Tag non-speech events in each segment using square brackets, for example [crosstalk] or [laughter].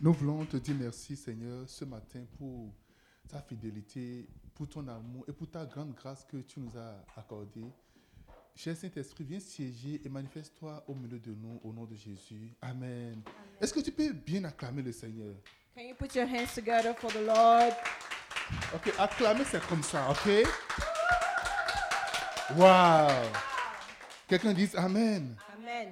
Nous voulons te dire merci, Seigneur, ce matin pour ta fidélité, pour ton amour et pour ta grande grâce que tu nous as accordée. Cher Saint-Esprit, viens siéger et manifeste-toi au milieu de nous au nom de Jésus. Amen. Est-ce que tu peux bien acclamer le Seigneur Can you put your hands together for the Lord? Ok, acclamer c'est comme ça, ok Wow Quelqu'un dise Amen. Amen.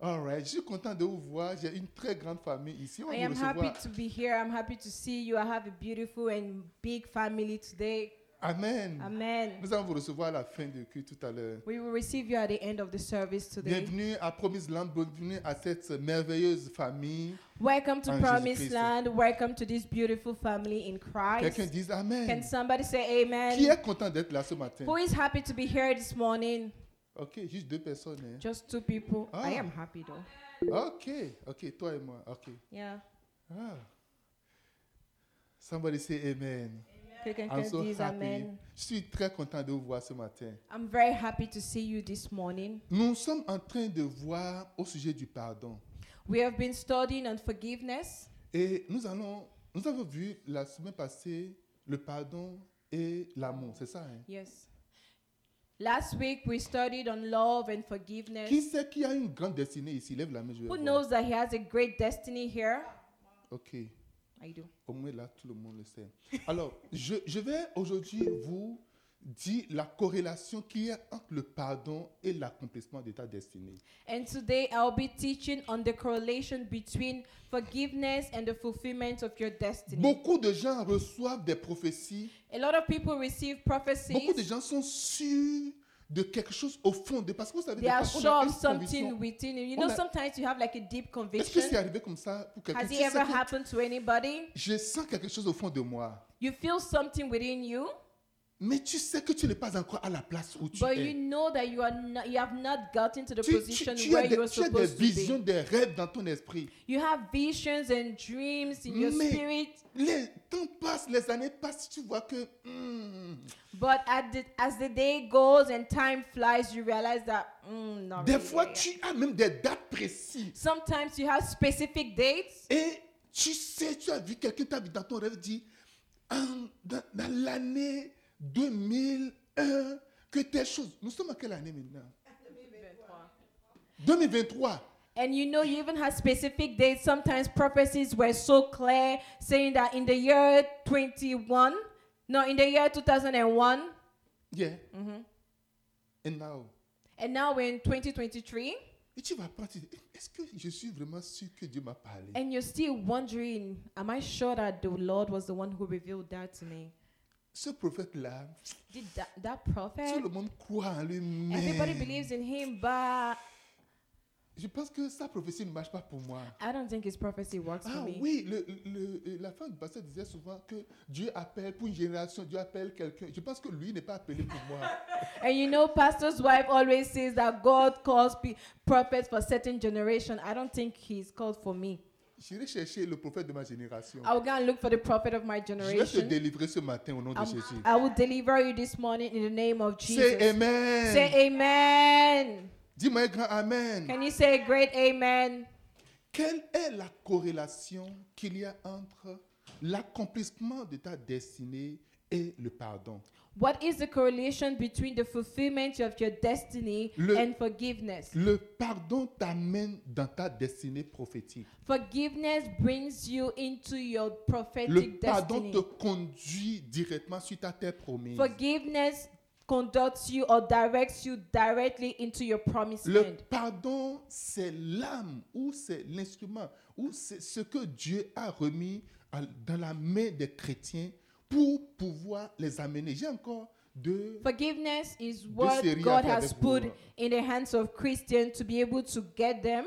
All right, je suis content de vous voir. J'ai une très grande famille ici. On I va vous am happy recevoir. to be here. I'm happy to see you. I have a beautiful and big family today. Amen. Amen. Nous allons vous recevoir à la fin du culte tout à l'heure. We will receive you at the end of the service today. Bienvenue à Promise Land, bienvenue à cette merveilleuse famille. Welcome to En Promised Jésus-Christ. Land. Welcome to this beautiful family in Quelqu'un Christ. dise Can Amen. somebody say Qui amen? est content d'être là ce matin? Who is happy to be here this morning? Ok, juste deux personnes. hein. Just two people. I Ah. am happy though. Ok, ok, toi et moi. Ok. Yeah. Ah. Somebody say Amen. Quelqu'un I'm can so dise happy. amen. Je suis très content de vous voir ce matin. I'm very happy to see you this morning. Nous sommes en train de voir au sujet du pardon. We have been studying on forgiveness, Et nous allons, nous avons vu la semaine passée le pardon et l'amour, c'est ça. hein? yes. Last week we studied on love and forgiveness. Qui sait qui a une grande destinée ici Lève la main, je vais Who voir. knows that he has a great destiny here? Ok, I do. au moins là, tout le monde le sait. Alors, je, je vais aujourd'hui vous dire la corrélation qu'il y a entre le pardon et l'accomplissement de ta destinée. And today I'll be teaching on the correlation between forgiveness and the fulfillment of your destiny. Beaucoup de gens reçoivent des prophéties, A lot of people receive beaucoup de prophecies. gens sont sûrs de quelque chose au fond de parce que vous savez, des They are fois, on a sure une of conviction. something within you. You On know, a- sometimes you have like a Est-ce deep que c'est conviction. arrivé comme ça pour quelqu'un Has Tu it sais ever que happened to anybody? Je sens quelque chose au fond de moi, You feel something within you, mais tu sais que tu n'es pas encore à la place où tu but es. you know that you are not, you have not gotten to the tu, tu- position tu as where des, you are tu as des supposed to visions, be. des rêves dans ton esprit. You have visions and dreams in your Mais- spirit, Les temps passent, les années passent, tu vois que hmm, but at the, as the day goes and time flies, you realize that mm, not des really fois there yet. tu as même des dates précises. Sometimes you have specific dates. Et tu sais, tu as vu quelqu'un t'a vu dans ton rêve dit En- dans, dans l'année 2001 que telle chose. Nous sommes à quelle année maintenant 2023. And you know, you even have specific dates. Sometimes prophecies were so clear, saying that in the year 21, no, in the year 2001, Yeah. And now. and now we're in 2023, Et tu vas partir. Est-ce que je suis vraiment sûr que Dieu m'a parlé? and you're still wondering, Am I sure that the Lord was the one who revealed that to me? Ce prophète-là, Did that, that tout prophet? le monde croit en lui, Eh. Everybody mais believes in him, but je pense que sa prophétie ne marche pas pour moi. I don't think his prophecy works for Ah me. oui, le- le- le- la femme du pasteur disait souvent que Dieu appelle pour une génération, Dieu appelle quelqu'un. Je pense que lui n'est pas appelé pour [laughs] moi. And you know, pastor's wife always says that God calls pe- prophets for certain generation. I don't think he's called for me. J'irai chercher le prophète de ma génération. I will go and look for the prophet of my Je vais te generation. délivrer ce matin au nom de I'm- Jésus. I will deliver you this morning in the name of Jesus. Say Amen. Say amen. Dis-moi un grand Amen. Can you say a great amen? Quelle est la corrélation qu'il y a entre l'accomplissement de ta destinée et le pardon What is the correlation between the fulfillment of your destiny Le- and forgiveness? Le pardon t'amène dans ta destinée prophétique. Forgiveness brings you into your Le prophetic pardon destiny. te conduit directement sur ta terre promise. Forgiveness conducts you or directs you directly into your promised Le land. pardon, c'est l'âme ou c'est l'instrument ou c'est ce que Dieu a remis à- dans la main des chrétiens pour pouvoir les amener. J'ai encore deux Forgiveness is what séries God après has avec put vous. in the hands of Christians to be able to get them.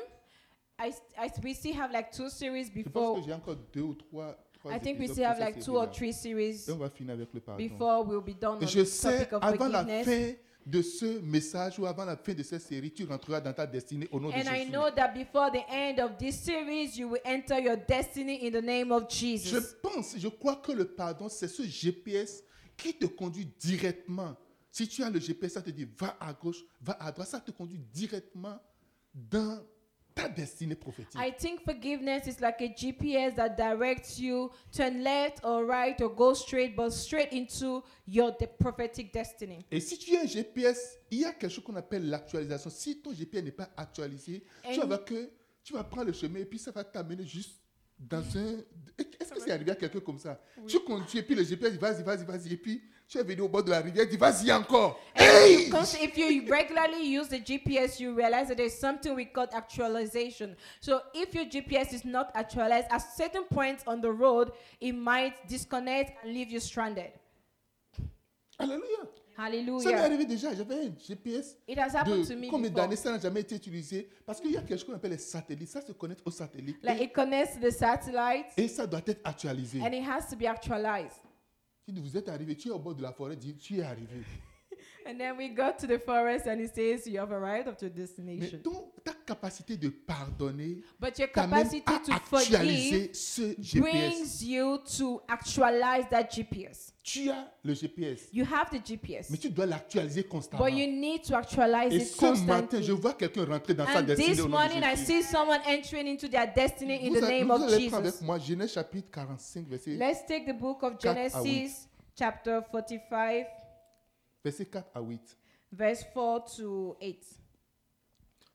I, s- I s- we still have like two series Je pense before. que j'ai encore deux ou trois. trois I think we épisodes still pour have cette like two or série-là. three series Et on va finir avec le pardon. before we'll be done on Et je the sais, topic of avant la forgiveness. fin de ce message ou avant la fin de cette série, tu rentreras dans ta destinée au nom de And I Jésus. know that before the end of this series, you will enter your destiny in the name of Je Jesus. pense, je crois que le pardon, c'est ce GPS qui te conduit directement. Si tu as le GPS, ça te dit va à gauche, va à droite, ça te conduit directement dans ta destinée prophétique. I think forgiveness is like a GPS that directs you turn left or right or go straight, but straight into your de- prophetic destiny. Et si tu as un GPS, il y a quelque chose qu'on appelle l'actualisation. Si ton GPS n'est pas actualisé, tu vas Et- voir que tu vas prendre le chemin et puis ça va t'amener juste dans un. Est-ce que c'est arrivé à quelqu'un comme ça Tu conduis et puis le GPS dit vas-y, vas-y, vas-y. Et puis tu es venu au bord de la rivière, il dit vas-y encore. Hey! Because if you regularly use the GPS, you realize that there's something we call actualization. So if your GPS is not actualized, at certain points on the road, it might disconnect and leave you stranded. Alléluia. Ça m'est Hallelujah. arrivé déjà. J'avais un GPS. It has happened to De, me combien before. d'années ça n'a jamais été utilisé Parce qu'il y a quelque chose qu'on appelle les satellites. Ça se connecte aux satellites. Like it connects to the satellites et ça doit être actualisé. and it has to be actualized. Si vous êtes arrivé, tu es au bord de la forêt, dis, tu es arrivé. And then we got to the forest and it says you have arrived of your Mais destination. donc, ta capacité de pardonner But your t'amène capacity to à forgive actualiser ce GPS. brings you to actualize that GPS. Tu as le GPS, You have the mais GPS, tu dois l'actualiser constamment. but you Et need to actualize it ce matin, je constantly. vois quelqu'un rentrer dans sa And destinée this au nom de morning, I Jésus. see someone entering into their destiny in Vous the allez- name vous of allez prendre Jesus. avec moi Genèse chapitre 45, verset, Let's take the book of Quatre à huit. Genesis, chapter 45, verset 4 à 8. verse 4 to 8.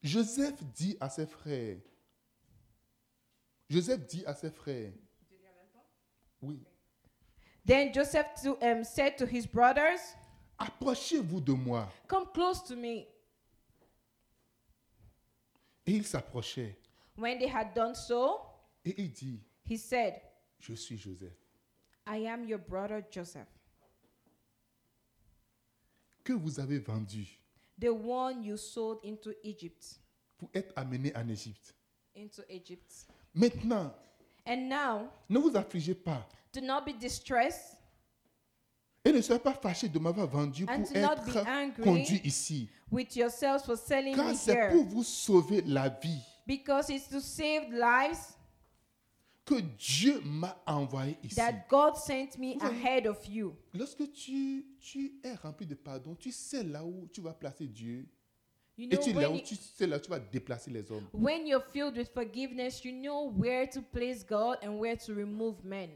Joseph dit à ses frères. Joseph dit à ses frères. Oui. Then Joseph to, um, said to his brothers, Approchez-vous de moi. Come close to me. Et il s'approchait. When they had done so, Et il dit, he said, je suis Joseph. I am your brother Joseph, que vous avez vendu the one you sold into Egypt, pour être amené en Égypte. into Egypt. Maintenant, And now, ne vous affligez pas do not be distressed et ne soyez pas fâchés de m'avoir vendu And pour do not be être angry. conduit ici. with yourselves for selling Car me c'est here, pour vous sauver la vie because it's to save lives que Dieu m'a envoyé ici. that God sent me Vous voyez. ahead of you. Lorsque tu, tu es rempli de pardon, tu sais là où tu vas placer Dieu. You Et know, tu, là when, où, you, tu sais là où tu vas déplacer les hommes. when you're filled with forgiveness, you know where to place God and where to remove men.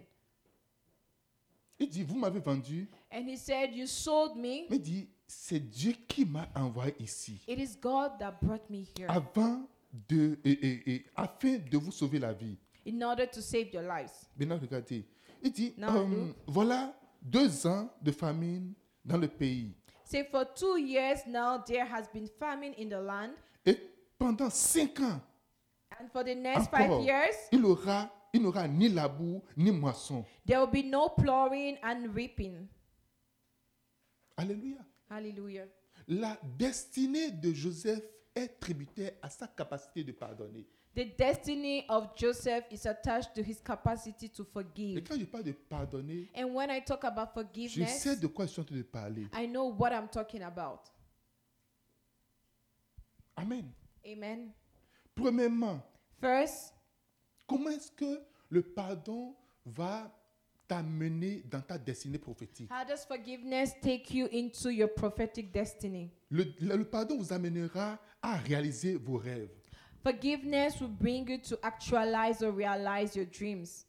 Il dit, vous m'avez vendu. And he said, You sold me. Mais il dit, c'est Dieu qui m'a envoyé ici. It is God that brought me here Avant de, et- et- et afin de vous sauver la vie. in order to save your lives. Maintenant, regardez. Il dit, Non, euh, nous. voilà deux ans de famine dans le pays. Say, for two years now, there has been famine in the land, Et pendant cinq ans, and for the next encore, five years, il aura, il n'aura ni labour, ni moisson. there will be no plowing and reaping. Alléluia. Hallelujah. La destinée de Joseph est tributaire à sa capacité de pardonner. The destiny of Joseph is attached to his capacity to Et forgive. quand je parle de pardonner, And when I talk about je forgiveness, sais de quoi je suis en train de parler. I know what I'm talking about. Amen. Amen. Premièrement, First, comment est-ce que le pardon va t'amener dans ta destinée prophétique how does forgiveness take you into your prophetic destiny? Le- le- le pardon vous amènera à réaliser vos rêves. Forgiveness will bring you to actualize or realize your dreams.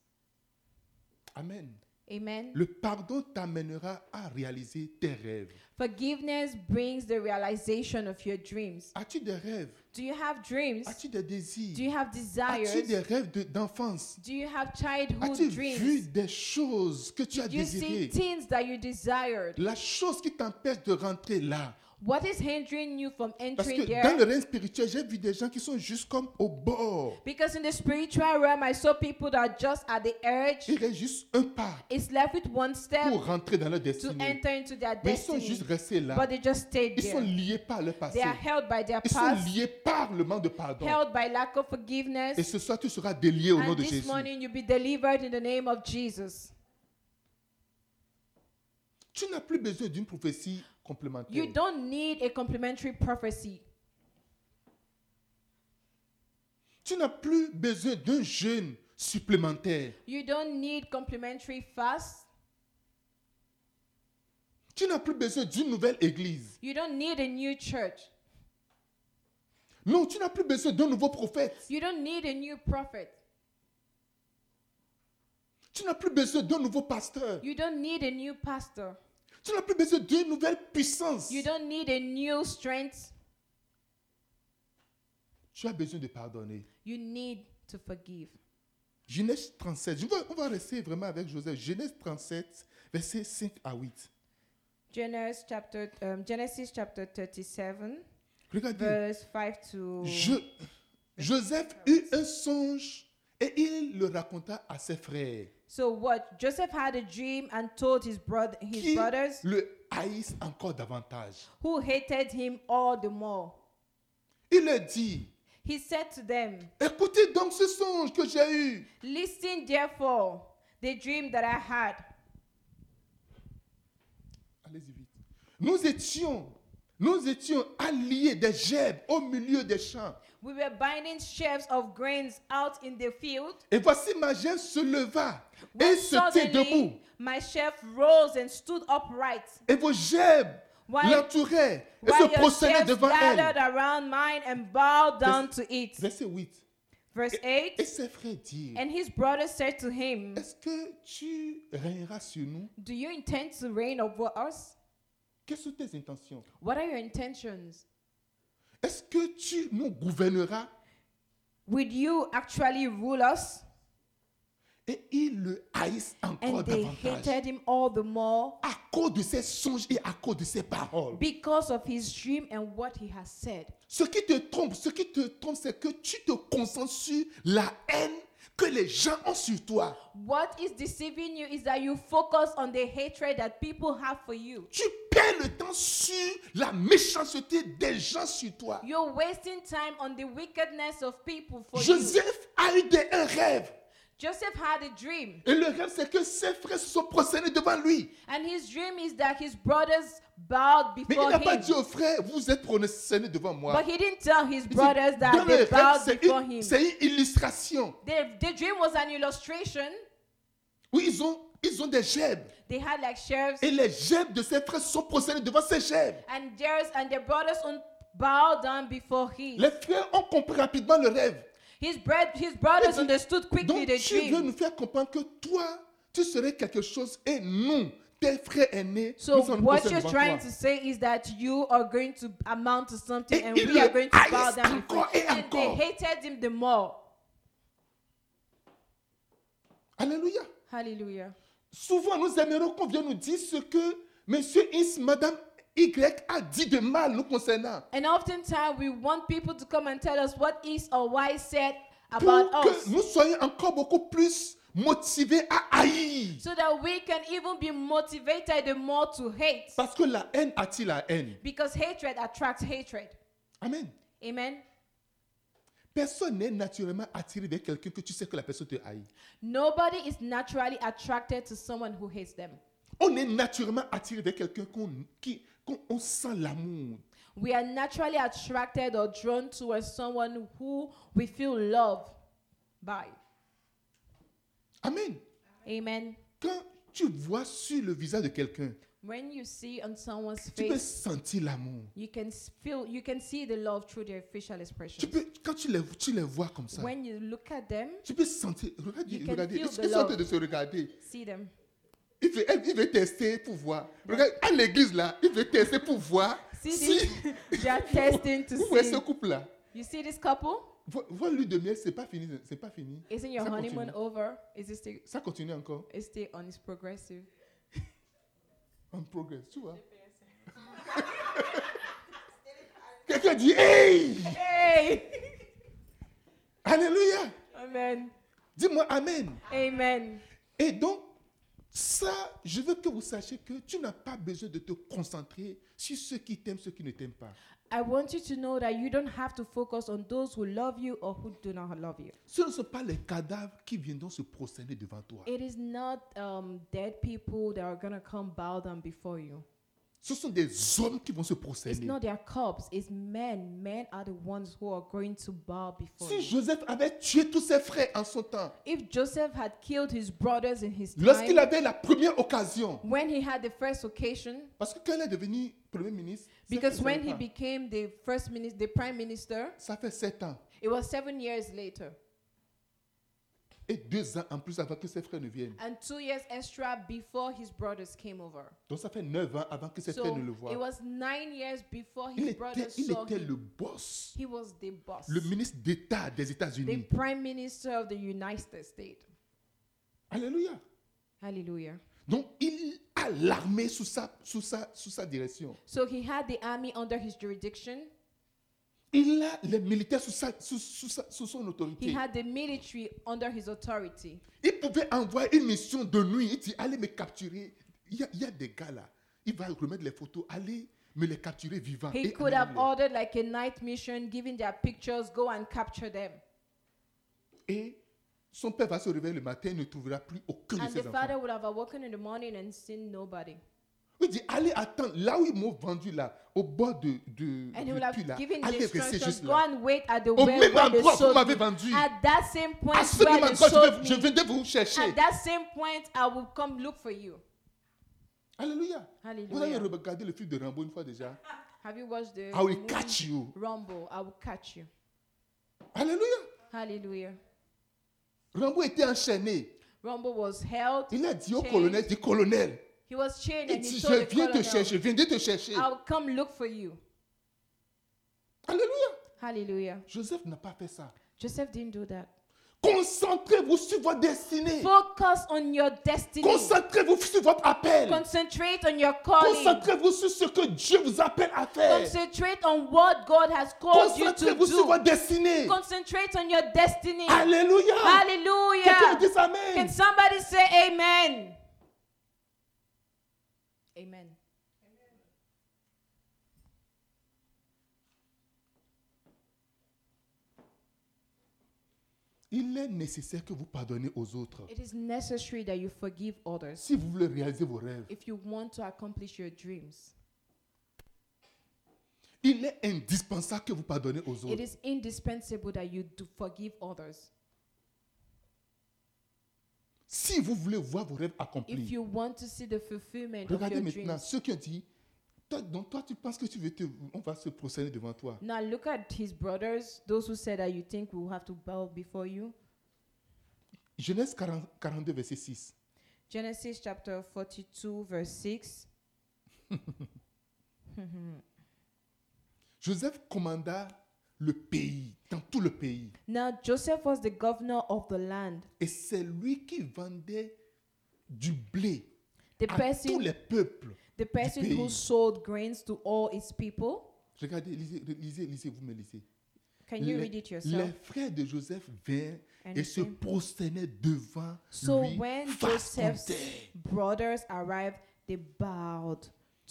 Amen. Amen. Le pardon t'amènera à réaliser tes rêves. Forgiveness brings the realization of your dreams. As-tu des rêves Do you have dreams? As-tu des Do you désirs have As-tu desires? des rêves de- d'enfance Do you have childhood As-tu vu dreams? des choses que tu as Do you see désirées things that you desired? La chose qui t'empêche de rentrer là. What is hindering you from Parce que entering dans le there? règne spirituel, j'ai vu des gens qui sont juste comme au bord. Because in the spiritual realm, I saw people that are just at the edge. Ils restent juste un pas It's left with one step pour rentrer dans leur to destinée. enter into their Mais ils sont juste destiny, restés là. but they just stayed Ils sont there. liés par leur passé. They are held by their Ils sont past, liés par le manque de pardon. held by lack of Et forgiveness. ce soir, tu seras délié au nom And de this Jésus. morning, you'll be delivered in the name of Jesus. Tu n'as plus besoin d'une prophétie complémentaire. You don't need a complementary prophecy. Tu n'as plus besoin d'un jeûne supplémentaire. You don't need complementary fast. Tu n'as plus besoin d'une nouvelle église. You don't need a new church. Non, tu n'as plus besoin d'un nouveau prophète. You don't need a new prophet. Tu n'as plus besoin d'un nouveau pasteur. You don't need a new pastor. Tu n'as plus besoin d'une nouvelle puissance. You don't need a new strength. Tu as besoin de pardonner. You need to forgive. Genèse 37. Je veux- on va rester vraiment avec Joseph. Genèse 37, versets 5 à 8. Genesis chapter, um, Genesis chapter 37, Regardez. verse 5 to. Je- Joseph eut un songe et il le raconta à ses frères So what? Joseph had a dream and told his brother, his qui brothers, le haïssent encore davantage. who hated him all the more. Il leur dit, He said to them, écoutez donc ce songe que j'ai eu. "Listen, therefore, the dream that I had. Allez-y vite. Nous étions, nous étions alliés des gerbes au milieu des champs. We were binding sheaves of grains out in the field." Et voici ma gerbe se leva et When se tint debout. suddenly my chef rose and stood upright, Et vos gerbes While- l'entouraient et while se your prosternaient shepherds devant gathered elle. around mine and bowed down Vers- to it. Verset 8. Verse Et 8 ses frères dirent, And his brother said to him, est-ce que tu régneras sur nous Do you intend to reign over us? Quelles sont tes intentions What are your intentions? Est-ce que tu nous gouverneras Would you actually rule us? Et ils le haïssent encore And they davantage hated him all the more à cause de ses songes et à cause de ses paroles. because of his dream and what he has said. Ce qui te trompe, ce qui te trompe, c'est que tu te concentres sur la haine que les gens ont sur toi. What is deceiving you is that you focus on the hatred that people have for you. Tu perds le temps sur la méchanceté des gens sur toi. You're wasting time on the wickedness of people for you. Joseph a eu des- un rêve. Joseph had a dream, Et le rêve, c'est que ses frères se sont procédés devant lui. and his dream is that his brothers bowed Mais il before n'a pas him. dit aux frères, vous êtes procédés devant moi. But he didn't tell his Il dit, brothers dans that le they rêve, bowed c'est before une- him. c'est une illustration. The, the dream was an illustration. Oui, ils ont, ils ont des gerbes. They had like sheriffs Et les gerbes de ses frères se sont procédés devant ces gerbes. and theirs, and their brothers un- bowed down before him. Les frères ont compris rapidement le rêve. His, bread, his brothers dit, understood quickly Donc the tu veux nous dream. faire comprendre que toi, tu serais quelque chose et nous, tes frères aînés, So nous sommes what procédés you're devant trying toi. to say is that you are going to amount to something, Et and ils we are le going to bow haïssent down before. encore you. et And they encore. hated him the more. Alléluia. Hallelujah. Souvent, nous aimerons qu'on vienne nous dire ce que Monsieur X, Madame Y a dit de mal nous concernant. And oftentimes we want people to come and tell us what is or why said Pour about que us. nous soyons encore beaucoup plus motivés à haïr. So that we can even be motivated the more to hate. Parce que la haine attire la haine. Because hatred attracts hatred. Amen. Amen. Personne n'est naturellement attiré vers quelqu'un que tu sais que la personne te haït. Nobody is naturally attracted to someone who hates them. On est naturellement attiré vers quelqu'un qu'on qui- qu'on- on sent l'amour. We are naturally attracted or drawn towards someone who we feel love by. Amen. Amen. Quand tu vois sur le visage de quelqu'un, When you see on someone's tu peux face, sentir l'amour. you can s- feel, you can see the love through their facial Tu expression. peux, quand tu les, tu les vois comme ça, When you look at them, tu peux sentir. Regardez, You can regardez. feel Ils the ils sont en train love. de se regarder. see them. Il veut, elle- il veut tester pour voir. Regarde, à l'église là, il veut tester pour voir See [laughs] si. this? they are testing to Vous voyez see. ce couple là. You see this couple? Voilà l'huile de miel, c'est pas fini, c'est pas fini. Isn't your Ça honeymoon continue. over? Is it still, Ça continue encore. it's still on? It's progressive. On progresse, tu [laughs] vois. Quelqu'un dit Hey! Hey! Alléluia! [laughs] Amen. Dis-moi Amen. Amen. Et donc, ça, je veux que vous sachiez que tu n'as pas besoin de te concentrer sur ceux qui t'aiment, ceux qui ne t'aiment pas. I want you to know that you don't have to focus on those who love you or who do not love you. Ce ne sont pas les cadavres qui viendront se prosterner devant toi. It is not um, dead people that are going to come bow down before you. Ce sont des hommes qui vont se It's prosterner. not their cups, it's men. Men are the ones who are going to bow before Si you. Joseph avait tué tous ses frères en son temps, If Joseph had killed his brothers in his lorsqu'il time, avait la première occasion, when he had the first occasion, parce que quand il est devenu premier ministre, c'est because qu'il ne when savait he pas. became the first minister, the prime minister, ça fait sept ans it was seven years later, et deux ans en plus avant que ses frères ne viennent. and two years extra before his brothers came over. Donc ça fait neuf ans avant que ses So frères ne le it voient. was nine years before Il his était, brothers il saw était le him. boss, He was the boss, le ministre d'État des the États-Unis. prime minister of the United States. Alléluia. Hallelujah. Donc il a l'armée sous sa, sous, sa, sous sa direction. So he had the army under his jurisdiction. Il a les militaires sous, sa- sous- sous sa- sous son He autorité. had the military under his authority. Il pouvait envoyer une mission de nuit. Il dit, allez me capturer. Il y, a, il y a des gars là. Il va remettre les photos. Allez me les capturer vivants. He Et could have amener-les. ordered like a night mission, giving their pictures, go and capture them. Et son père va se réveiller le matin. Il ne trouvera plus aucun de And the ses enfants. father would have awoken in the morning and seen nobody. Il dit, allez attendre. Là où ils m'ont vendu là, au bord de, de, And du he would have puits, là. given the Allez rester instructions, juste go là. and wait at the Au well même where they endroit où vous sold m'avez me. vendu. At that same point À ce where même they endroit, je sold vais- je me, viendrai vous chercher. at that same point I will come look for you. Alléluia. Vous avez Hallelujah. regardé le film de Rambo une fois déjà. Have you watched the I will movie catch you. Rumble? I will catch you. Alléluia. Hallelujah. Rambo était enchaîné. Rumble was held. Il a dit au Chained. colonel, dit colonel, He was chained il and he dit, told the je viens te colonel, chercher, je viens de te chercher. I will come look for you. Alléluia. Hallelujah. Joseph n'a pas fait ça. Joseph didn't do that. Concentrez-vous sur votre destinée. Focus on your destiny. Concentrez-vous sur votre appel. Concentrate on your calling. Concentrez-vous sur ce que Dieu vous appelle à faire. Concentrate on what God has called you to Concentrez-vous sur votre do. destinée. Concentrate on your destiny. Alléluia. Quelqu'un Hallelujah. dit Amen. Can somebody say amen? Amen. Il est nécessaire que vous pardonnez aux autres. It is necessary that you forgive others Si vous voulez réaliser vos rêves, if you want to accomplish your dreams. il est indispensable que vous pardonnez aux It autres. is indispensable that you do forgive others. Si vous voulez voir vos rêves accomplis, If you want to see the fulfillment of Regardez your maintenant dreams. ceux qui ont dit, toi, donc toi tu penses que tu veux te, on va se procéder devant toi. Now look at his brothers, those who said that you think we will have to bow before you. Genèse 40 42 verset 6. Genesis chapter 42, verse 6. Joseph commanda le pays, dans tout le pays, Now Joseph was the governor of the land, et c'est lui qui vendait du blé the à tous person, les peuples. the person who pays. sold grains to all his people. Regardez, lisez, lisez, lisez, vous me lisez. Can you Les- read it les yourself? frères de Joseph vinrent And et se came. prosternaient devant So lui, when Joseph's fastendaient. brothers arrived, they bowed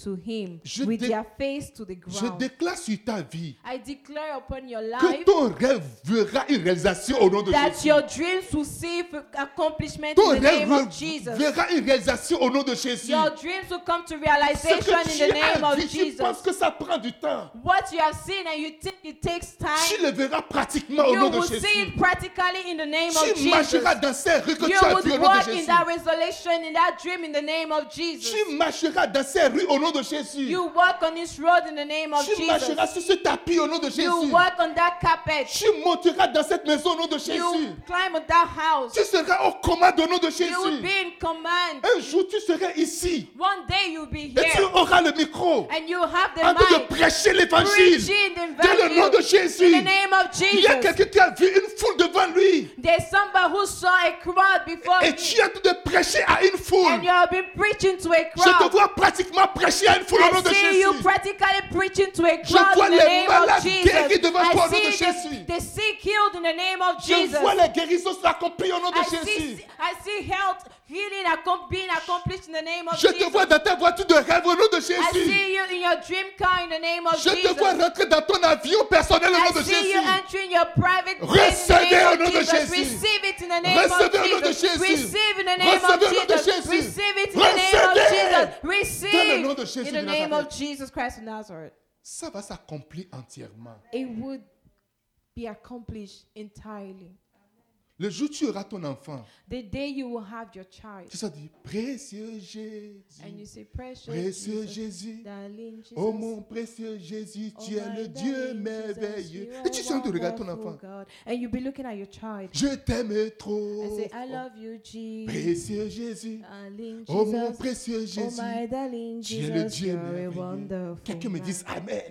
to him Je with dé- their face to the Je ground. déclare sur ta vie I declare upon your que life ton rêve verra une réalisation au nom de that Jésus. your dreams will see f- accomplishment Ton in the rêve name of Jesus. verra une réalisation au nom de Jésus. Your dreams will come Ce to realization que in tu the name as of vu, tu penses Jesus. que ça prend du temps. What you have seen and you think it takes time, Tu le verras pratiquement au you nom de will see Jésus. it practically in the name of Tu Jesus. marcheras dans ces rues que You tu as vues au would nom de walk in Jésus. that resolution, in that dream in the name of Jesus. Tu marcheras dans ces rues au nom de Jésus. You walk on this road in the name of Tu marcheras Jesus. sur ce tapis au nom de You Jésus. walk on that carpet. Tu monteras dans cette maison au nom de Jésus. You climb on that house. Tu seras au commande au nom de You will Jésus. be in command. Un jour, tu seras ici One day you'll be et tu here auras le micro and you have the en train de mic. prêcher l'évangile preaching the dans le nom de value in the Jésus. name of Il y a Jesus. quelqu'un qui a vu une foule devant lui There's somebody who saw a crowd before et you, tu es en train de prêcher à une and foule. you have been preaching to a Je te crowd. vois pratiquement prêcher à une foule au nom I de see you Jésus. practically preaching to a Je crowd vois in the les name of malades Jesus. guéris devant toi au nom de I see Jésus. the, the sick healed in the name of Je Jesus. vois les guérisons s'accomplir au nom I de see, Jésus. I see health, healing accom- being accomplished in the name of Je Jesus. te vois dans ta voiture de rêve au nom de I Jésus. see you in your dream car in the name of Je Jesus. te vois rentrer dans ton avion personnel au I nom de see you Jésus. entering your private place in Recevez the au nom name de of Jesus. Jésus. Receive it in the name of Recevez au nom de Jesus. Jésus. Receive in the name Recevez au nom de of Jesus. Jésus. Receive it in the name of Recevez Jesus. dans le nom de Receive Jésus de In the name Nazareth, of Jesus Christ of Nazareth, ça va s'accomplir entièrement. it would be accomplished entirely. Le jour où tu auras ton enfant, The day you will have your child, tu seras dit, précieux and you Jésus, say, Precious, précieux Jesus, Jésus, darling Jesus. oh mon précieux Jésus, oh tu es my le Dieu darling Jesus, merveilleux. you Et tu are sens de regarder ton wonderful enfant, God. And you'll be looking at your child je oh, t'aime and trop. say, I love you, Jesus. Précieux Jésus, Darling oh mon Ah, Jesus. précieux Oh Jésus, my darling tu es le Jesus, Dieu you're a merveilleux. wonderful. Quelqu'un me man. dise Amen.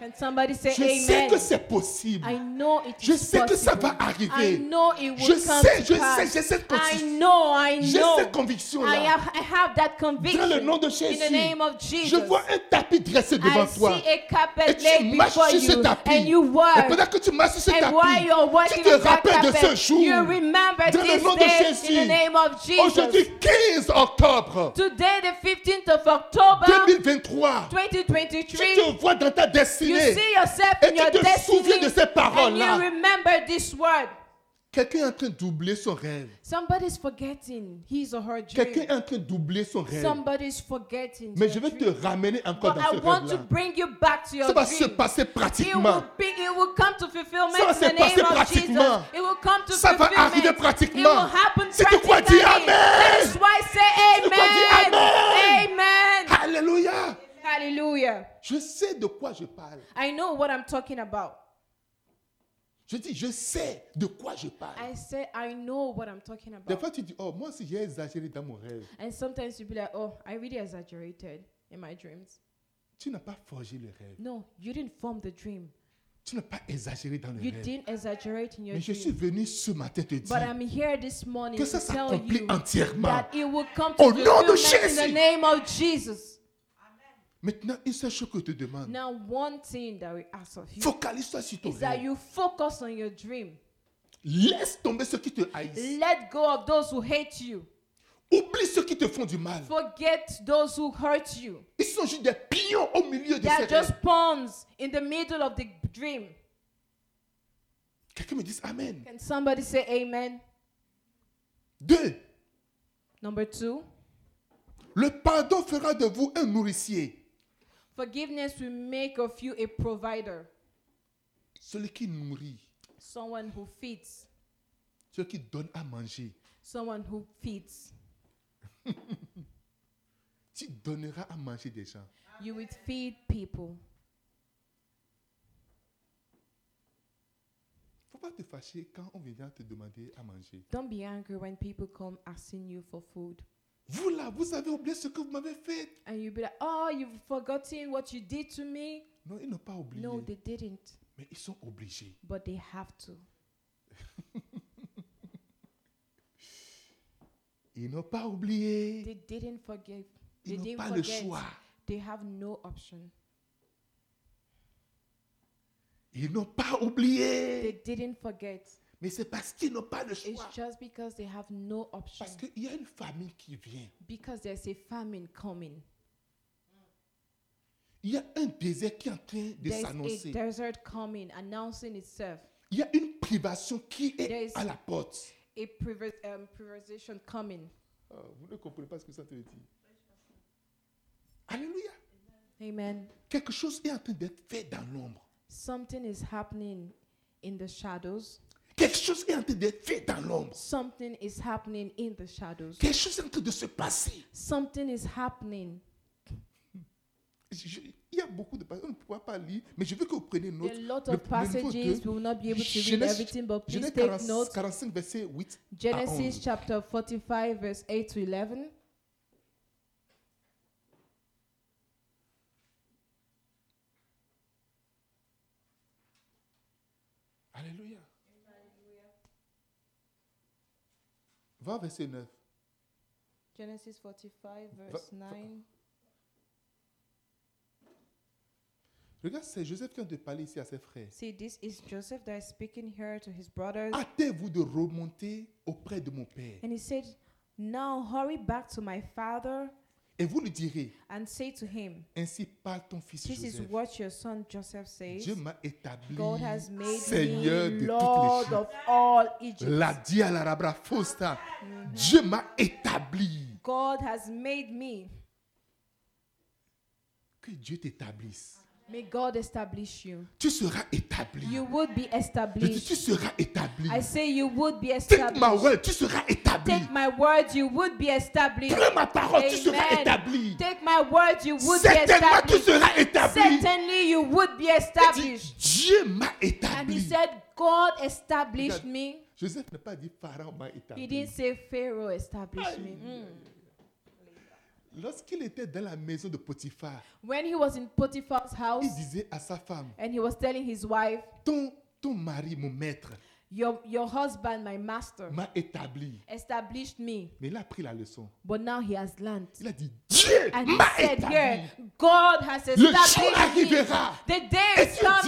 Can somebody say Je sais amen? que c'est possible. I know it Je is sais que ça possible. va arriver. I know it will Je come sais, to je pass. sais, j'ai cette I conviction. know, I J'ai know. cette conviction-là. I have, I have that conviction. Dans le nom de In the Jésus, name of Jesus. Je vois un tapis dressé devant I toi. see a Et carpet laid tu marches before sur you, ce tapis. and you Et walk. pendant que tu marches sur ce And while you're tapis, tu walking on te that rappelles de ce carpet, jour. you remember Dans le this nom de day in Jésus. the name of Jesus. Aujourd'hui, 15 octobre Today, the 15th of October, 2023, tu 2023, te vois dans ta you destinée. see yourself Et in tu your te destiny, souviens de ces and paroles-là. you remember this word. Quelqu'un est en train d'oublier son rêve. Somebody's forgetting his or her Quelqu'un dream. est en train d'oublier son rêve. Somebody's forgetting. Mais their je vais te dream. ramener encore But dans I ce want to rêve-là. bring you back to your Ça va se dream. passer It will pratiquement. be, it will come to fulfillment Ça va in the se passer name of Jesus. pratiquement. It will come to Ça va fulfillment. arriver It pratiquement. will happen C'est pourquoi dis practically. That Amen. is why say C'est pourquoi dis amen. Amen. Amen. Alléluia. Hallelujah. Je sais de quoi je parle. I know what I'm talking about. Je dis, je sais de quoi je parle. I say I know what I'm talking Des about. fois, tu dis, oh, moi aussi, j'ai exagéré dans mon rêve. And sometimes you be like, oh, I really exaggerated in my dreams. Tu n'as pas forgé le rêve. No, you didn't form the dream. Tu n'as pas exagéré dans le You rêve. didn't exaggerate in your Mais je suis dream. venu ce matin te But dire I'm here this morning que ça to tell s'accomplit you entièrement. that it will come to Au nom de fulfillment in the Jésus. name of Jesus. Maintenant, une seule chose que je te demande, Now, one thing that we ask of you focalise-toi sur ton is that rêve. you focus on your dream. Laisse tomber ceux qui te haïssent. Let go of those who hate you. Oublie ceux qui te font du mal. Forget those who hurt you. Ils sont juste des pions au milieu de They ces rêves. are just pawns in the middle of the dream. Quelqu'un me dit Amen. Can somebody say amen? Deux, Number two, le pardon fera de vous un nourricier. forgiveness will make of you a provider, Celui qui nourrit, someone who feeds, celui qui donne à manger. someone who feeds. Tu donneras à manger des gens. You will feed people. faut pas te fâcher quand on vient te demander à manger. Don't be angry when people come asking you for food. Vous là, vous avez oublié ce que vous m'avez fait. And you'll be like, oh, you've forgotten what you did to me. Non, ils n'ont pas oublié. No, they didn't, mais ils sont obligés. but they have to. Ils n'ont pas oublié. They didn't forgive. They Ils n'ont didn't pas le forget. choix. They have no option. Ils n'ont pas oublié. They didn't forget. Mais c'est parce qu'ils n'ont pas le It's choix. just because they have no option. Parce qu'il y a une famine qui vient. Because there's a famine coming. Il y a un désert qui est en train de There's a s'annoncer. desert coming, announcing itself. Il y a une privation qui There est is- à la porte. A priva- um, privatization coming. Oh, vous ne comprenez pas ce que ça te dit. Alléluia. Amen. Quelque chose est en train d'être fait dans l'ombre. Something is happening in the shadows. Quelque chose est en train d'être fait dans l'ombre. Something is happening in the shadows. Quelque chose est en train de se passer. Something is happening. Je- je- il y a beaucoup de passages, on ne pourra pas lire, mais je veux que vous preniez note. There are a lot Le- of le niveau passages. deux, We will not be able to read Genèse- everything, but please Genèse take 40 notes. 45, verset 8 à Genesis 11. chapter 45, verse 8 to 11. Alléluia. Va au verset 9. Genesis 45, verse Va- 9. va- Regarde, c'est Joseph qui vient de parler ici à ses frères. See, this is Joseph that is speaking here to his brothers. Hâtez-vous de remonter auprès de mon père. And he said, Now hurry back to my father Et vous lui direz, and say to him, ainsi parle ton fils This is Joseph. what your son Joseph says. Dieu m'a établi God has made Seigneur me de Lord toutes les of all Egypt. choses. La dit à l'arabra fausta. Dieu m'a établi. God has made me Que Dieu t'établisse. May God establish you. Tu seras établi. You would be Je dis, tu established. seras établi. I say you would be Take my established. word, tu seras établi. Take my words, you would be established. Prends ma parole, tu seras Amen. établi. Take my words, you would be Certainement, tu established. seras établi. Certainly, you would be Il dit, established. Dieu m'a And he établi. said, God established me. Joseph n'a pas dit Pharaon m'a He établi. didn't say Pharaoh established me. Mm. Lorsqu'il était dans la maison de Potiphar, When he was in Potiphar's house il disait à sa femme, and he was telling his wife, ton, ton mari, mon maître, Your, your husband, my master, m'a établi. established me. Mais il a pris la leçon. But now he has learned. Il a dit, Dieu And he m'a said établi. here, God has Le jour established me. arrivera. The day Et is tu diras,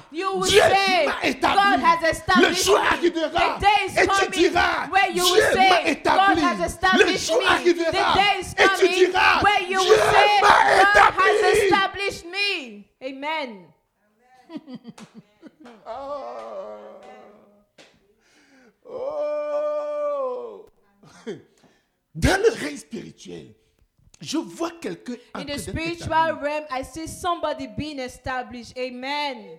coming. You will Dieu say, m'a God établi. has Le established jour me. arrivera. The day is Et tu coming diras, where you Dieu will m'a say, God établi. has Le established jour me. The arrivera. day is Et tu coming diras, where you Dieu will say, m'a God has établi. established me. Amen. Oh. Oh. Dans le règne spirituel, je vois quelqu'un en train In the d'être spiritual établi. realm, I see somebody being established. Amen.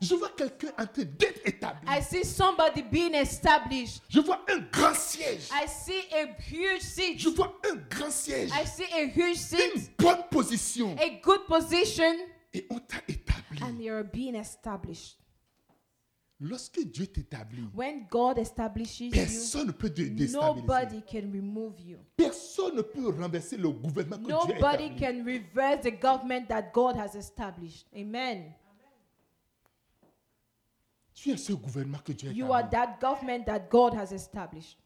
Je vois quelqu'un en train d'être établi. I see somebody being established. Je vois un grand siège. I see a huge seat. Je vois un grand siège. I see a huge Une seat, bonne position. a good position, Et on t'a and établi. you're being established. Lorsque Dieu t'établit, When God establishes personne ne peut te you, déstabiliser. nobody can remove you. Personne ne peut renverser le gouvernement que Dieu a Nobody établi. can reverse the government that God has established. Amen. Tu es ce gouvernement que Dieu a You are établi. that government that God has established.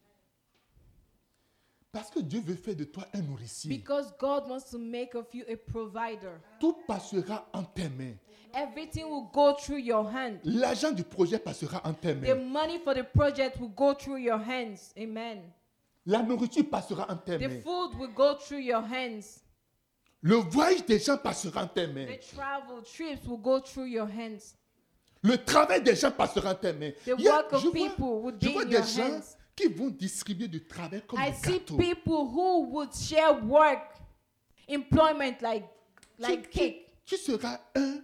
Parce que Dieu veut faire de toi un nourricier. Because God wants to make of you a provider. Tout passera en tes mains. Everything will go through your hand. L'argent du projet passera en tes The mains. money for the project will go through your hands. Amen. La nourriture passera en tes The mains. food will go through your hands. Le voyage des gens passera en tes mains. The travel trips will go through your hands. Le travail des gens passera en tes mains. The Il y a- work of je people vois, would je be vois in des your gens hands. qui vont distribuer du travail comme I des see gâteaux. people who would share work, employment like like tu, cake. tu seras un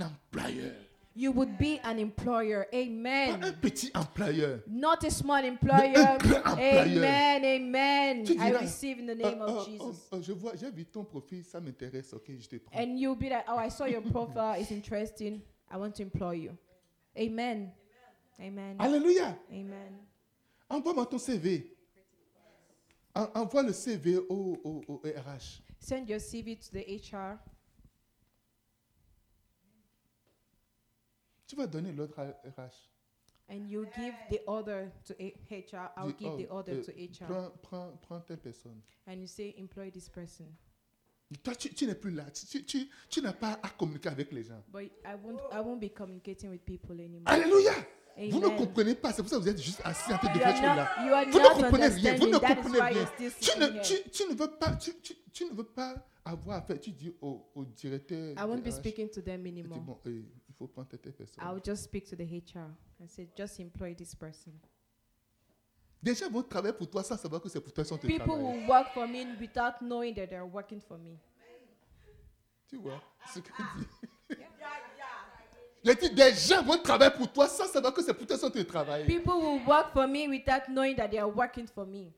employeur. You would be an employer. Pas un Amen. petit employeur. Not a small un [laughs] employer. grand Amen. Amen. Tu I diras, receive in the Oh, name oh, of oh, Jesus. oh, je vois, j'ai vu ton profil, ça m'intéresse. Ok, je te prends. And you'll be like, oh, I saw your profile. It's interesting. I want to employ you. Amen. Amen. Alléluia. Amen. Envoie-moi ton CV. En- envoie le CV au, au, au RH. Send your CV to the HR. Tu vas donner l'autre à RH. And you give the order to A- HR. I'll Dis, give oh, the order euh, to HR. Prends, prends, prends telle personne. And you say, employ this person. Toi, tu, tu n'es plus là. Tu, tu, tu- tu n'as pas à communiquer avec les gens. But I won't, I won't be communicating with people anymore. Alléluia. Vous ne Amen. comprenez pas. C'est pour ça que vous êtes juste assis en train de You faire are là. not, you are Vous ne not comprenez rien. Vous ne understanding. That is comprenez why rien. you're still Tu ne, sitting here. tu, tu ne veux pas. Tu, tu, tu ne veux pas avoir affaire. Tu dis au, au directeur. I won't be RH, speaking to them tu dis, anymore. bon, euh, il faut prendre telle personne. I'll just speak to the HR and say, just employ this person. Des gens vont travailler pour toi sans savoir que c'est pour toi sans te People travailler. will work for me without knowing that they're working for me. Tu vois ce que je dis. [laughs] Je dis, des gens vont travailler pour toi sans savoir que c'est pour toi sans te travailler. People will work for me without knowing that they are working for me.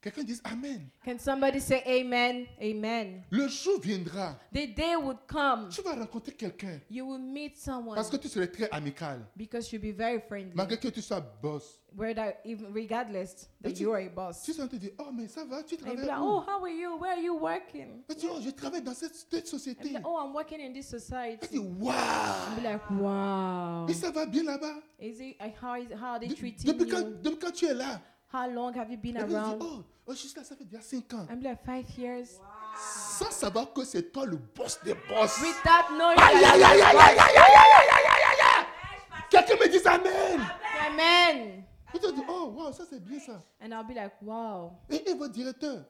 Quelqu'un dit Amen. Can somebody say amen? Amen. Le jour viendra. The day would come. Tu vas rencontrer quelqu'un You will meet someone parce que tu serais très amical. because you'll be very friendly. Malgré que tu sois boss. Whether even regardless that But you- you are a boss. Tu sais, on te dit Oh, mais ça va, tu And you'll travailles. be like, où? oh, how are you? Where are you working? Mais tu dis, Oh, je travaille dans cette, cette And be société. like, oh, I'm working in this Elle dit society. And be Waouh like, wow. Et ça va bien là-bas. Is it uh, how is how are they De- treating depuis, quand, you? depuis quand tu es là How long have you been Elle dit around? Oh, oh, je suis là, ça fait déjà 5 ans. I'm like five years. Sans savoir que c'est toi le boss des boss. Without knowing Aïe, aïe, aïe, aïe, aïe, that aïe, aïe, aïe, aïe, aïe, aïe, aïe, aïe. Quelqu'un me dit Amen. amen. Vous te dites, oh, wow, ça c'est bien ça. And I'll be like, wow. Et, et votre directeur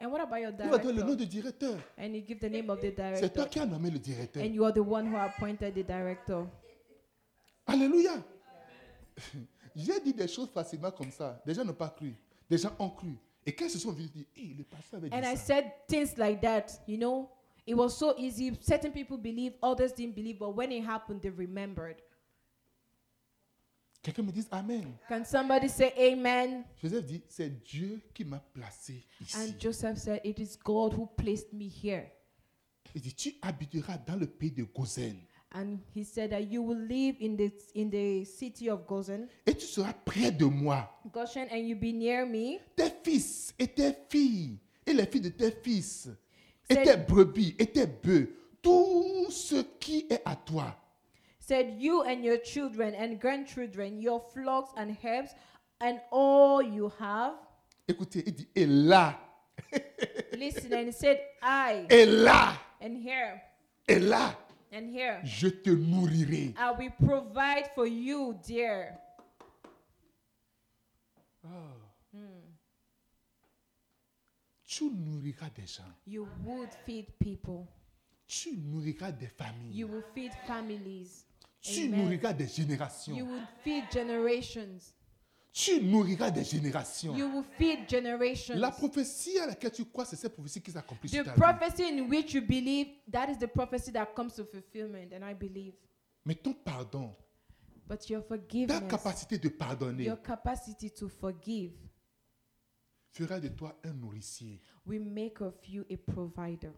And what about your Il va donner le nom director? du directeur. And you give the name of the C'est toi director. qui as nommé le directeur. And you are the one who appointed the director. Alléluia. [laughs] J'ai dit des choses facilement comme ça. Des gens n'ont pas cru. Des gens ont cru. Et quand ils se sont venus dire, hey, le pasteur avait dit And ça. I said things like that, you know. It was so easy. Certain people believed, others didn't believe, but when it happened, they remembered. Quelqu'un me dit Amen. Can somebody say amen? Joseph dit, c'est Dieu qui m'a placé ici. And Joseph said, It is God who placed me here. Il dit, tu habiteras dans le pays de Gozen And he said that you will live in the in the city of Goshen, et tu seras près de moi. Goshen, and you be near me. Tes fils et tes filles et les filles de tes fils et C'est- tes brebis et tes bœufs, tout ce qui est à toi, Said you and your children and grandchildren, your flocks and herds, and all you have. Écoutez, il dit, et là, Listen, and he said, I et là, and here et là, and here. je te nourrirai. I will provide for you, dear. Tu nourriras des gens. You would feed people. Tu nourriras des familles. You will feed families. tu Amen. nourriras des You générations. will feed generations. Tu nourriras des générations. You will feed generations. La prophétie à laquelle tu crois, c'est cette prophétie qui s'accomplit The sur ta vie. prophecy in which you believe, that is the prophecy that comes to fulfillment, and I believe. Mais ton pardon, But your ta forgiveness, capacité de pardonner your capacity to forgive, fera de toi un nourricier. will make of you a provider.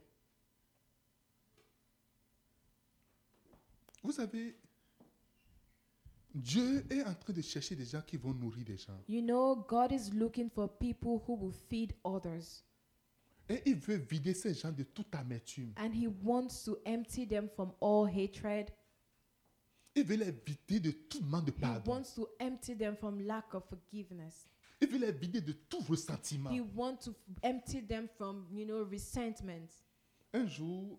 Vous savez, Dieu est en train de chercher des gens qui vont nourrir des gens. You know, God is looking for people who will feed others, Et il veut vider ces gens de toute amertume. and He wants to empty them from all hatred. Il veut les vider de tout manque de He pardon. wants to empty them from lack of forgiveness. Il veut les vider de tout ressentiment. He wants to empty them from, you know, resentment. Un jour,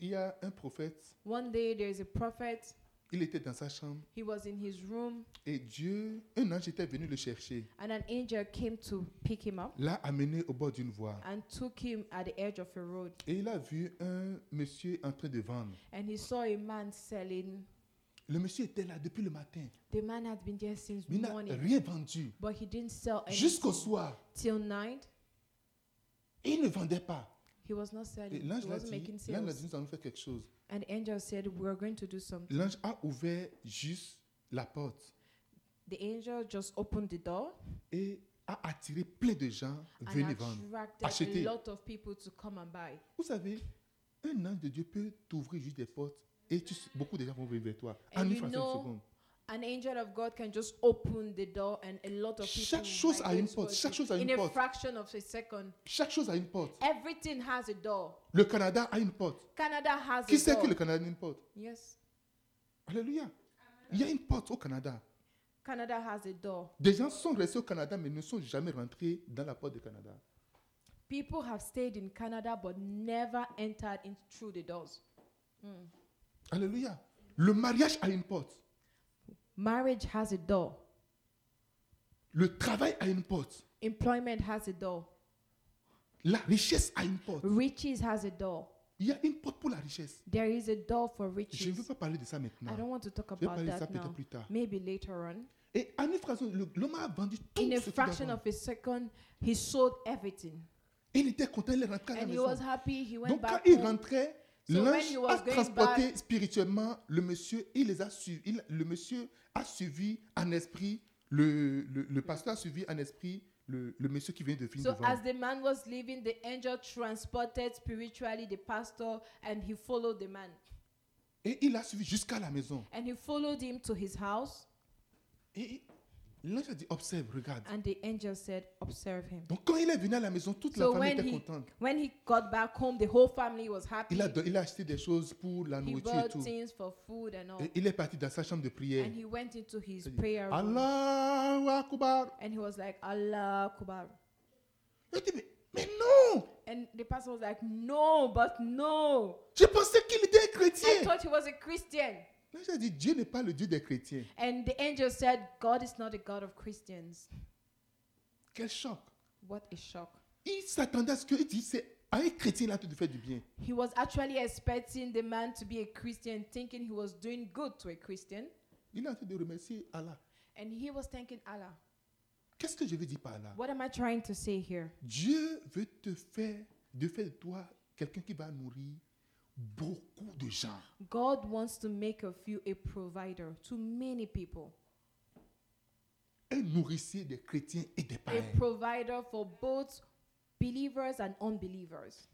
il y a un prophète, One day there is a prophet. il était dans sa chambre He was in his room, et Dieu, un ange était venu le chercher, and an angel came to pick him up l'a amené au bord d'une voie. and took him at the edge of a road. Et il a vu un monsieur en train de vendre. And he saw a man selling. Le monsieur était là depuis le matin, The man had been there since mais il n'a morning, rien vendu. but he didn't sell anything Jusqu'au soir, till night. et il ne vendait pas. He was not Et selling. l'ange he l'a wasn't dit, making l'ange l'a sales. dit, nous allons faire quelque chose. And the angel said, "We are going to do something." L'ange a ouvert juste la porte The angel just opened the door et a attiré plein de gens, and venez vendre. attracted Achetez. a lot of people to come and buy. Vous savez, un ange de Dieu peut t'ouvrir juste des portes et tu- beaucoup de gens vont venir vers toi. And en une you fraction de know, seconde. An angel of God can just open the door and a lot of people. Chaque chose might a go une to porte, us chaque chose a in une a porte. fraction of a second. Chaque chose a une porte. Everything has a door. Le Canada a une porte. Canada has Qui a sait door. que le Canada a une porte Yes. Alléluia. Il y a une porte au Canada. Canada has a door. Des gens sont restés au Canada mais ne sont jamais rentrés dans la porte du Canada. People have stayed in Canada but never entered in through the doors. Alléluia. Le mariage a une porte. Marriage has a door. Le travail a une porte. Employment has a door. La richesse a une porte. Riches has a door. Il y a une porte pour la richesse. There is a door for Je ne riches. veux pas parler de ça I don't maintenant. want to talk Je vais about parler de ça that peut-être now. plus tard. Maybe later on. Et en une fraction, le- l'homme a vendu tout In ce qu'il a avait. fraction of a second, he sold everything. Il était content, il est rentré à la And he maison. was happy. He went Donc quand back il home. rentrait, So when l'ange he was a going transporté back- spirituellement le monsieur. Il les a suivis. il- le monsieur a suivi en esprit le, le, le pasteur a suivi en esprit le, le monsieur qui vient de finir So devant. as the man was leaving, the angel transported spiritually the pastor, and he followed the man. Et il l'a suivi jusqu'à la maison. And he followed him to his house, Et il- l'ange a dit observe, regarde. and the angel said, "Observe him." Donc quand il est venu à la maison, toute So la famille when était he contente. when he got back home, the whole family was happy. Il a, don- il a acheté des choses pour la He nourriture et bought tout. things for food and all, Et il est parti dans sa chambre de prière. and he went into his Il a dit, prayer room, Allahu Akbar. and he was like, "Allah Akbar." Il dit, mais, mais non, And the pastor was like, "No, but no." je pensais qu'il était un I chrétien. thought he was a Christian. Là, j'ai dit, Dieu n'est pas le Dieu des chrétiens. And the angel said, God is not a God of Christians. Quel choc. What a shock. Il s'attendait à ce qu'il dise, c'est à un chrétien là, tu te fais du bien. He was actually expecting the man to be a Christian, thinking he was doing good to a Christian. Il est en train de remercier Allah. And he was thanking Allah. Qu'est-ce que je veux dire par là What am I trying to say here? Dieu veut te faire, de faire de toi quelqu'un qui va nourrir beaucoup de gens. God wants to make of you a provider to many people, Un nourricier des chrétiens et des a païens. provider for both believers and unbelievers.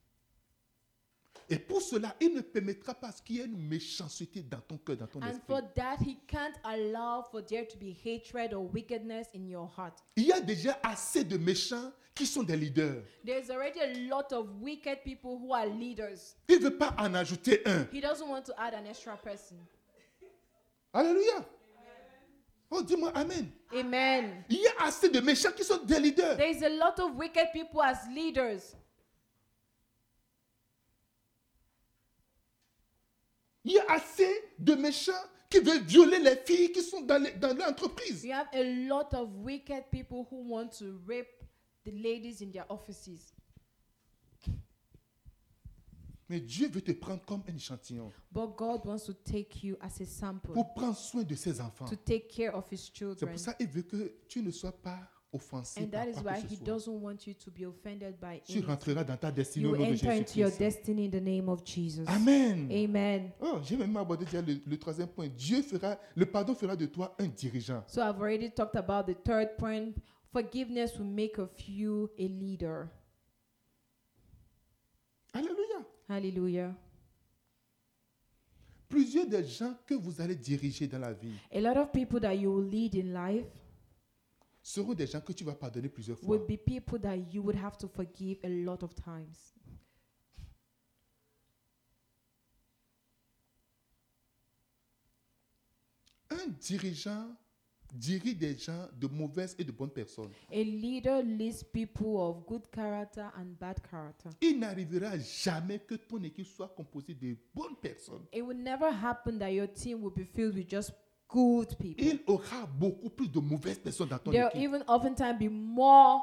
Et pour cela, il ne permettra pas qu'il y ait une méchanceté dans ton cœur, dans ton And esprit. for that, He can't allow for there to be hatred or wickedness in your heart. Il y a déjà assez de méchants qui sont des leaders. There's already a lot of wicked people who are leaders. Il ne veut pas en ajouter un. He doesn't want to add an extra person. Alléluia. Oh, dis-moi Amen. Amen. Il y a assez de méchants qui sont des leaders. There is a lot of wicked people as leaders. Il y a assez de méchants qui veulent violer les filles qui sont dans les- dans l'entreprise. You have a lot of wicked people who want to rape the ladies in their offices. Mais Dieu veut te prendre comme un échantillon But God wants to take you as a sample pour prendre soin de ses enfants. to take care of His C'est children. pour ça qu'il veut que tu ne sois pas offensé And that par is quoi why que ce He soit. doesn't want you to be offended by Tu anything. rentreras dans ta destinée You au nom de enter into your Jésus-Christ. destiny in the name of Jesus. Amen. Amen. Oh, j'ai même abordé déjà le, le troisième point. Dieu fera, le pardon fera de toi un dirigeant. So I've already talked about the third point. Forgiveness will make of you a leader. Alléluia. Hallelujah. Plusieurs des gens que vous allez diriger dans la vie A lot of people that you will lead in life seront des gens que tu vas pardonner plusieurs fois. will be people that you would have to forgive a lot of times. Un dirigeant dirige des gens de mauvaises et de bonnes personnes. A leader leads people of good character and bad character. Il n'arrivera jamais que ton équipe soit composée de bonnes personnes. It will never happen that your team will be filled with just good people. Il aura beaucoup plus de mauvaises personnes dans ton There will équipe. even oftentimes be more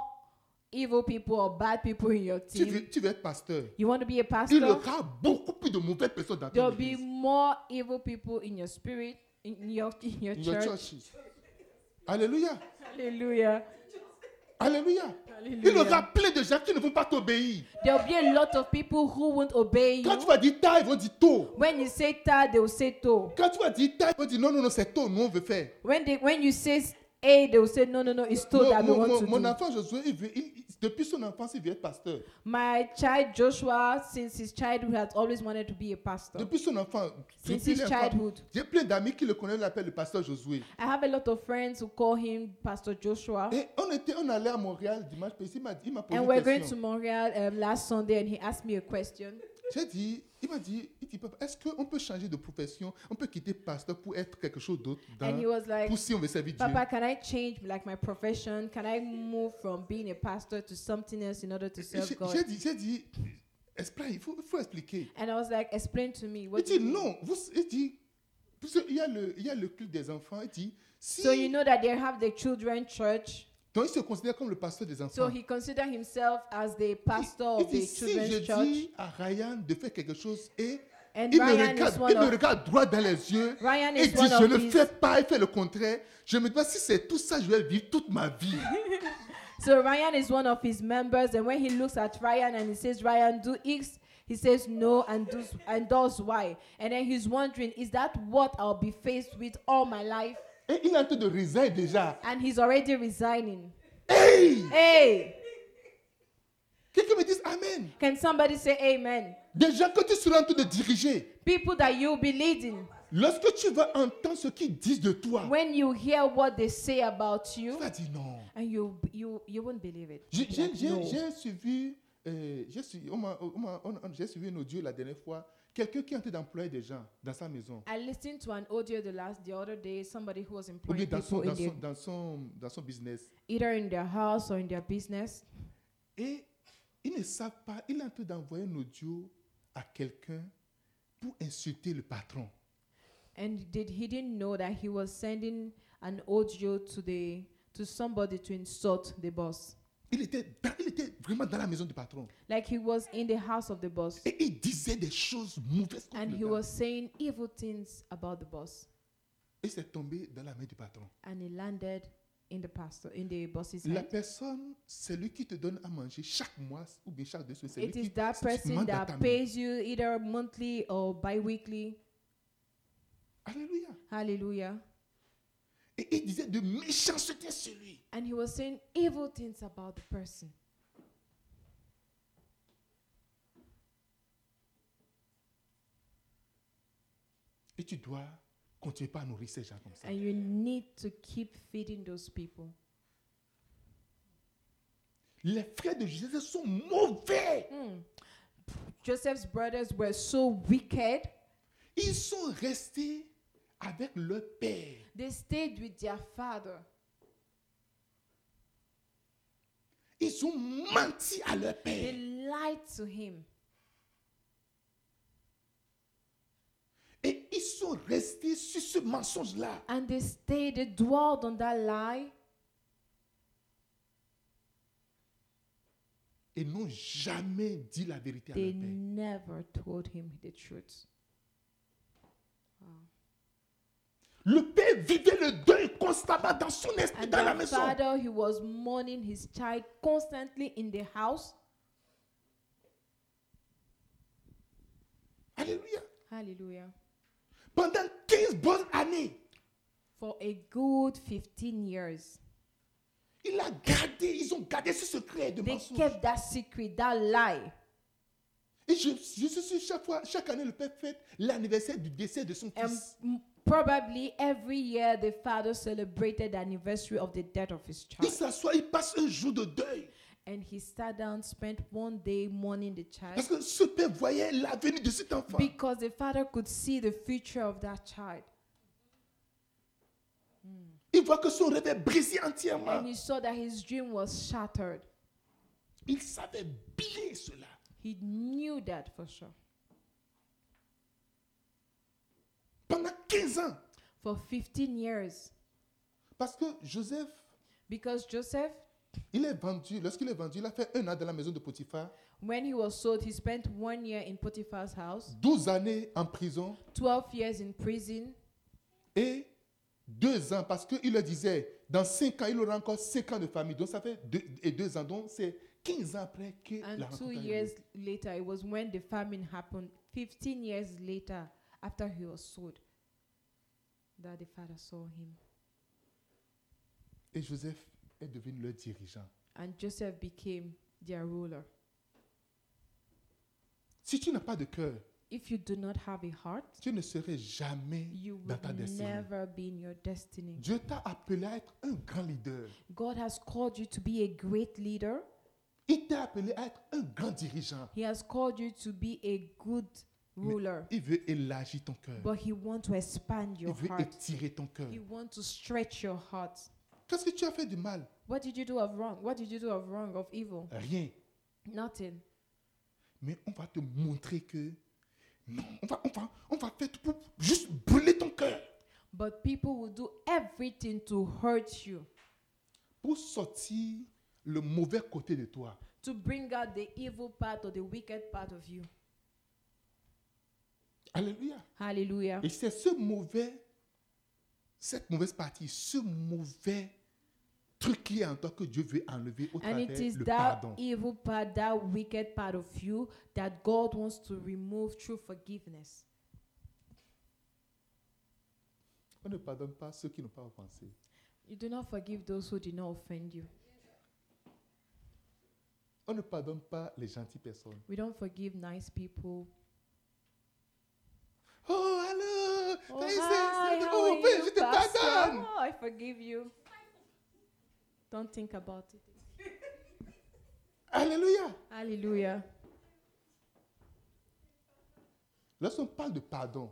evil people or bad people in your Tu team. veux, tu veux être pasteur. You want to be a Il pastor? aura beaucoup plus de mauvaises personnes dans There'll ton be église. more evil people in your spirit, in in your in your In your church. churches. Alléluia. Hallelujah. Alléluia. Il aura Hallelujah. plein de gens qui ne vont pas t'obéir. There'll be a lot of people who won't obey Quand tu you. vas dire ta, ils vont dire tôt. When you say ta, they will say to. Quand tu vas dire ta, ils vont dire non, non, non, c'est tôt, nous on veut faire. When they when you say s- A, they will say no, no, no, it's to Mon- that we mon, want mon- to mon do. enfant Josué, il veut- il- il- depuis son enfance, il veut être pasteur. My child Joshua, since his childhood, has always wanted to be a pastor. Depuis son enfant, Since depuis his l'enfant, childhood, j'ai plein d'amis qui le connaissent, l'appellent le pasteur Josué. I have a lot of friends who call him Pastor Joshua. Et on, était, on allait à Montréal dimanche, parce qu'il m'a il m'a posé And une we're going to question. Montreal um, last Sunday, and he asked me a question. J'ai dit, il m'a dit, il dit, papa, est-ce qu'on peut changer de profession On peut quitter pasteur pour être quelque chose d'autre And he dans, was like, pour si on veut servir Dieu. Papa, can I change like my profession? Can I move from being a pastor to something else in order to Et serve J'ai God? j'ai dit, j'ai dit, explain, il faut, il faut expliquer. And I was like, explain to me Il what. do dit you mean?" non, vous, il dit, parce qu'il y a le, il y a le culte des enfants, il dit, si, So you know that they have the children church. donc il se considère comme le pasteur des enfants. So he considered himself as the pastor il of dit, the si je children's church. dis à Ryan de faire quelque chose et And il me Ryan is regarde, one il me of regarde droit dans les yeux Ryan et is dit, one je of ne fais his. pas, il fait le contraire. Je me demande si c'est tout ça, je vais vivre toute ma [laughs] vie. So Ryan is one of his members, and when he looks at Ryan and he says, "Ryan, do X," he says no and does and does Y, and then he's wondering, is that what I'll be faced with all my life? Et il est en train de resigner déjà. And he's already resigning. Hey! Hey, Quelqu'un me dise Amen. can somebody say Amen? Des gens que tu seras en train de diriger. People that you'll be leading, Lorsque tu vas entendre ce qu'ils disent de toi, when you hear what they say about tu you, vas dire non. and you you you won't believe it. J'ai- You'll J'ai be like, j'ai- "No." j'ai suivi, euh, j'ai suivi, on m'a- on m'a- on- on- j'ai suivi un audio la dernière fois, quelqu'un qui est en train d'employer des gens dans sa maison, I listened to an audio the last the other day. Somebody who was ou bien employing dans son, people in dans, their, son, dans, son, dans son business. either in their house or in their business, Et ils ne savent pas, il est en train d'envoyer un audio à quelqu'un pour insulter le patron. and did he didn't know that he was sending an audio to the to somebody to insult the boss. Il était, dans- il était vraiment dans la maison du patron. Like he was in the house of the boss, Et il disait des choses mauvaises contre and le he gars. was saying evil things about the boss, Et c'est tombé dans la main du patron. and he landed in the pastor in the boss's La hand. personne, c'est lui qui te donne à manger chaque mois ou bien chaque deux semaines. C'est lui It is qui that tu person mandes à ta that main. pays you either monthly or bi-weekly. Alléluia. Hallelujah. Et il disait de méchanceté sur lui. And he was saying evil things about the person. Et tu dois continuer pas à nourrir ces gens comme ça. And you need to keep feeding those people. Les frères de Jésus sont mauvais. Mm. Joseph's brothers were so wicked. Ils sont restés avec leur père. They stayed with their father. Ils ont menti à leur They père. lied to him. Et ils sont restés sur ce mensonge-là. And they stayed, they dwelled on that lie. Et n'ont jamais dit la vérité à They leur père. never told him the truth. Le père vivait le deuil constamment dans son esprit, And dans la the maison. father, he was mourning his child constantly in the house. Alléluia. Hallelujah. Pendant 15 bonnes années, For a good 15 years. il a gardé, ils ont gardé ce secret de They mensonge. kept that secret, that lie. Et je, je suis sûr, chaque fois, chaque année, le père fête l'anniversaire du décès de son And fils. m- probably every year the father celebrated the anniversary of the death of his Il child. s'assoit, il passe un jour de deuil. And he sat down, spent one day mourning the child Parce que ce père voyait l'avenir de cet enfant. because the father could see the future of that child. Il voit que son rêve est brisé And entièrement. he saw that his dream was shattered. Il savait bien cela. He knew that for sure. Pendant 15 ans. For 15 years. Parce que Joseph, Because Joseph, il est vendu. Lorsqu'il est vendu, il a fait un an dans la maison de Potiphar, when he was sold, he spent one year in Potiphar's house, 12 années en prison 12 years in prison, et 2 ans. Parce qu'il leur disait, dans 5 ans, il aura encore 5 ans de famille. Donc ça fait 2 et 2 ans. Donc c'est 15 ans après que and la rencontre two a eu years lieu. later, it was when the famine happened. 15 years later, after he was sold, that the father saw him. Et Joseph est devenu le dirigeant. And Joseph became their ruler. Si tu n'as pas de cœur, If you do not have a heart, tu ne serais jamais you dans will ta destinée. never be in your destiny. Dieu t'a appelé à être un grand leader. God has called you to be a great leader. Il t'a appelé à être un grand dirigeant. He has called you to be a good ruler, Il veut élargir ton cœur. but he wants to expand Il your veut heart. étirer ton cœur. He wants to stretch your heart. Qu'est-ce que tu as fait de mal What did you do of wrong? What did you do of wrong, of evil? Rien. Nothing. Mais on va te montrer que non, on va, on va, on va faire tout pour juste brûler ton cœur. But people will do everything to hurt you, Pour sortir le mauvais côté de toi. to bring out the evil part or the wicked part of you. Alléluia. Hallelujah. Et c'est ce mauvais, cette mauvaise partie, ce mauvais truc qui est en toi que Dieu veut enlever au And travers it is le that pardon. evil part, that wicked part of you that God wants to remove through forgiveness. On ne pardonne pas ceux qui n'ont pas offensé. You do not forgive those who did not offend you. On ne pardonne pas les gentilles personnes. We don't forgive nice people. Oh, allô! Oh, t'as essayé, hi, c'est- how oh, are ben, you, je te Pastor? pardonne! Oh, I forgive you. Don't think about it. Alléluia! Hallelujah. Lorsqu'on parle de pardon,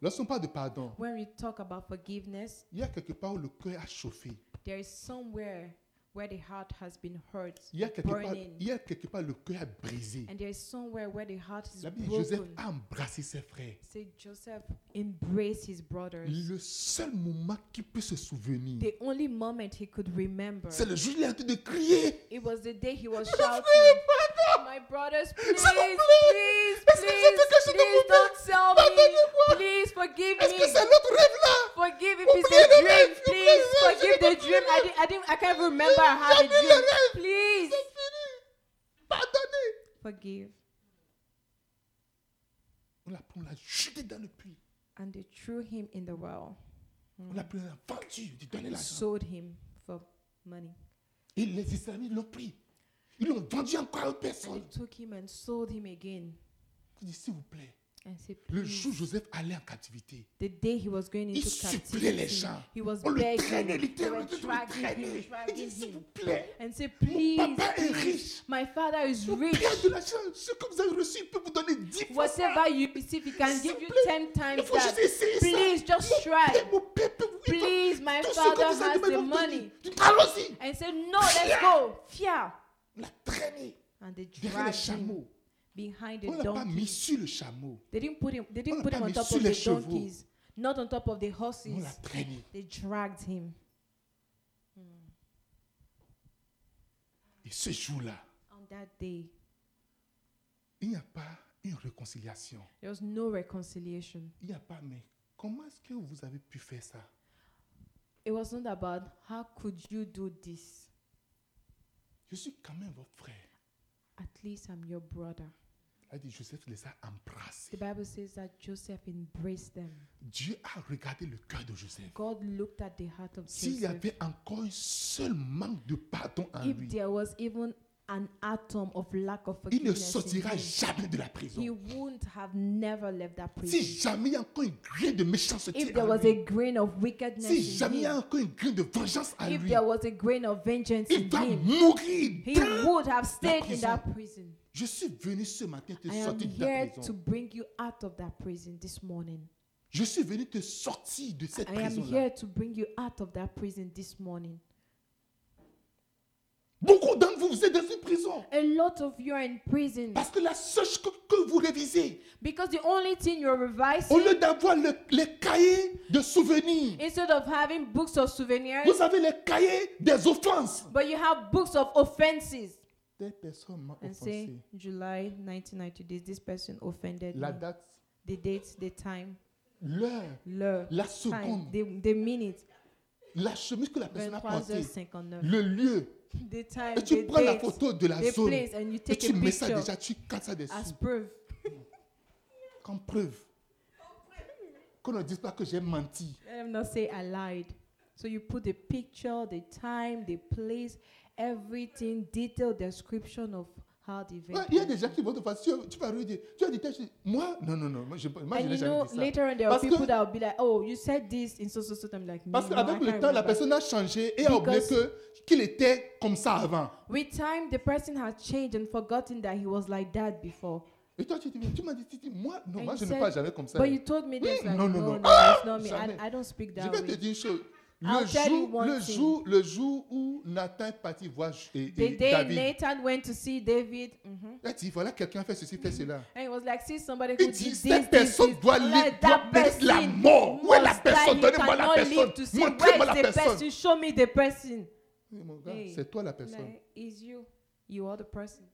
lorsqu'on parle de pardon, When we talk about forgiveness, il y a quelque part où le cœur a chauffé. there is somewhere where the heart has been hurt, Il y a quelque part, burning, il y a quelque part le cœur a brisé. and there is somewhere where the heart is La Bible dit, Joseph ah. broken. a embrassé ses frères. Say Joseph embraced his brothers. Le seul moment qu'il peut se souvenir, The only moment he could remember, c'est le jour où il est en train de crier. it was the day he was Mes frères, shouting, pardon! "My My brothers, please, vous plaît, please, est-ce que j'ai fait please, quelque chose de please mauvais? don't tell me. Pardonnez-moi. Please forgive Est-ce que me. c'est l'autre rêve là Forgive if Oubliez it's a le dream. rêve, oubliez Please le rêve, forgive j'ai the oublié dream. le I rêve. didn't, I didn't, I can't remember I had a oublié le dream. rêve. Please C'est fini. Pardonnez. forgive. On l'a pris, on l'a jeté dans le puits. And they threw him in the well. On l'a pris, on l'a vendu. Il donnait l'argent. Sold him for money. Et les Israélites l'ont pris. Ils l'ont vendu encore à une And personne. they took him and sold him again. Il dit, s'il vous plaît, And said, le "Please." jour où Joseph allait en captivité, The day he was going il Mm. into suppliait les captivity, gens. he was On le traînait, begging. They were littéralement, on le dragging him, traînait. Il dragging dit, s'il vous him, plaît, and say, mon "Please, papa est please, riche. my father is Vous rich. perdez de l'argent. Ce que vous avez reçu, il peut vous donner 10 fois ça. Whatever you receive, he can S'il give vous you plaît, ten Il times faut juste that. essayer ça. Please, just Mon try. père, mon père peut vous- il peut- Please, my Tout ce que father vous avez has the demandé, money." il dit, Allons-y. And say, "No, let's go." Fear. On l'a traîné And they derrière les dragged him chameaux. behind On the l'a pas mis donkey. sur le chameau. They didn't put him. l'a They didn't put pas him on mis top sur of les the chevaux. donkeys, not on top of the On l'a horses. traîné. They dragged him. Et ce jour-là, On that day, il n'y a pas une réconciliation. there was no reconciliation. Il n'y a pas, mais comment est-ce que vous avez pu faire ça It wasn't about how could you do this. Je suis quand même votre frère. At least I'm your brother. Elle dit, Joseph les a embrassés. The Bible says that Joseph embraced them. Dieu a regardé le cœur de Joseph. God looked at the heart of S'il y Joseph. avait encore un seul manque de pardon en If lui, there was even an atom of lack of il ne forgiveness, in sortira him, jamais de la he prison. wouldn't have never left that prison. Si jamais il y a encore un grain de If méchanceté there en was a lui, grain of wickedness si in jamais il y a him, encore un grain de vengeance en if lui, there was a grain of vengeance il in va him, mourir. he dans- would have stayed in prison. that prison. Je suis venu ce matin te I am sortir de la here to prison. bring you out of that prison this morning. Je suis venu te sortir de cette I am prison-là. here to bring you out of that prison this morning. Beaucoup d'entre vous, vous êtes dans une prison. A lot of you are in prison Parce que la seule chose que, que vous révisez, because the only thing you're au lieu revising, d'avoir le- les cahiers de souvenirs, instead of having books of souvenirs, vous avez les cahiers des offenses. but you have books of offenses. Des personnes m'ont And offensé. say July 1990, this, this person offended La me. date, The date, the time, l'heure, l'heure, la time, seconde, the, the minute, la chemise que la personne a portée, 23h59, le lieu. the time, Et the tu prends la date, photo de la the zone place, and you et take tu a mets ça picture déjà, tu casses ça dessus as proof. comme preuve. Qu'on ne dise pas que j'ai menti. Let them not say I lied. So you put the picture, the time, the place, everything, detailed description of how the Ouais, event. Il y a went. des gens qui vont te faire, tu, tu vas lui dire, tu as dit telle chose. Moi, non, non, non, moi je, moi, je and n'ai you know, jamais dit ça. later on there are Parce que- people that will be like, "Oh, you said this in so so so." I'm like, no, Parce no, I qu'avec le can't temps, la remember." personne a changé et a oublié Because- que- qu'il était comme ça avant. With time, the person has changed and forgotten that he was like that before. Et toi, tu, dis, tu m'as dit, tu dis, moi, non, And moi, you je ne said- parle jamais comme ça. But you told me this. Mm, Like, no, no, no, no, no. Ah! it's not me. Jamais. I, I don't speak Je that vais te way. dire une chose. I'll Le tell you jour, one le, thing. jour, le jour où Nathan est parti voir et, The et day David, Nathan went to see David, mhm, il a dit, voilà, quelqu'un fait ceci, fait cela. and he was like, "See somebody who Il did dit, this, cette this, personne this." doit I'm lire, like, doit that mérite la person mort. Où est la must die. personne He Donnez-moi la cannot personne. live to see. Montrez-moi Where la is the person? personne. Show me the person. Oui, mon gars, Hey. c'est toi la personne. Like, is you? You are the person.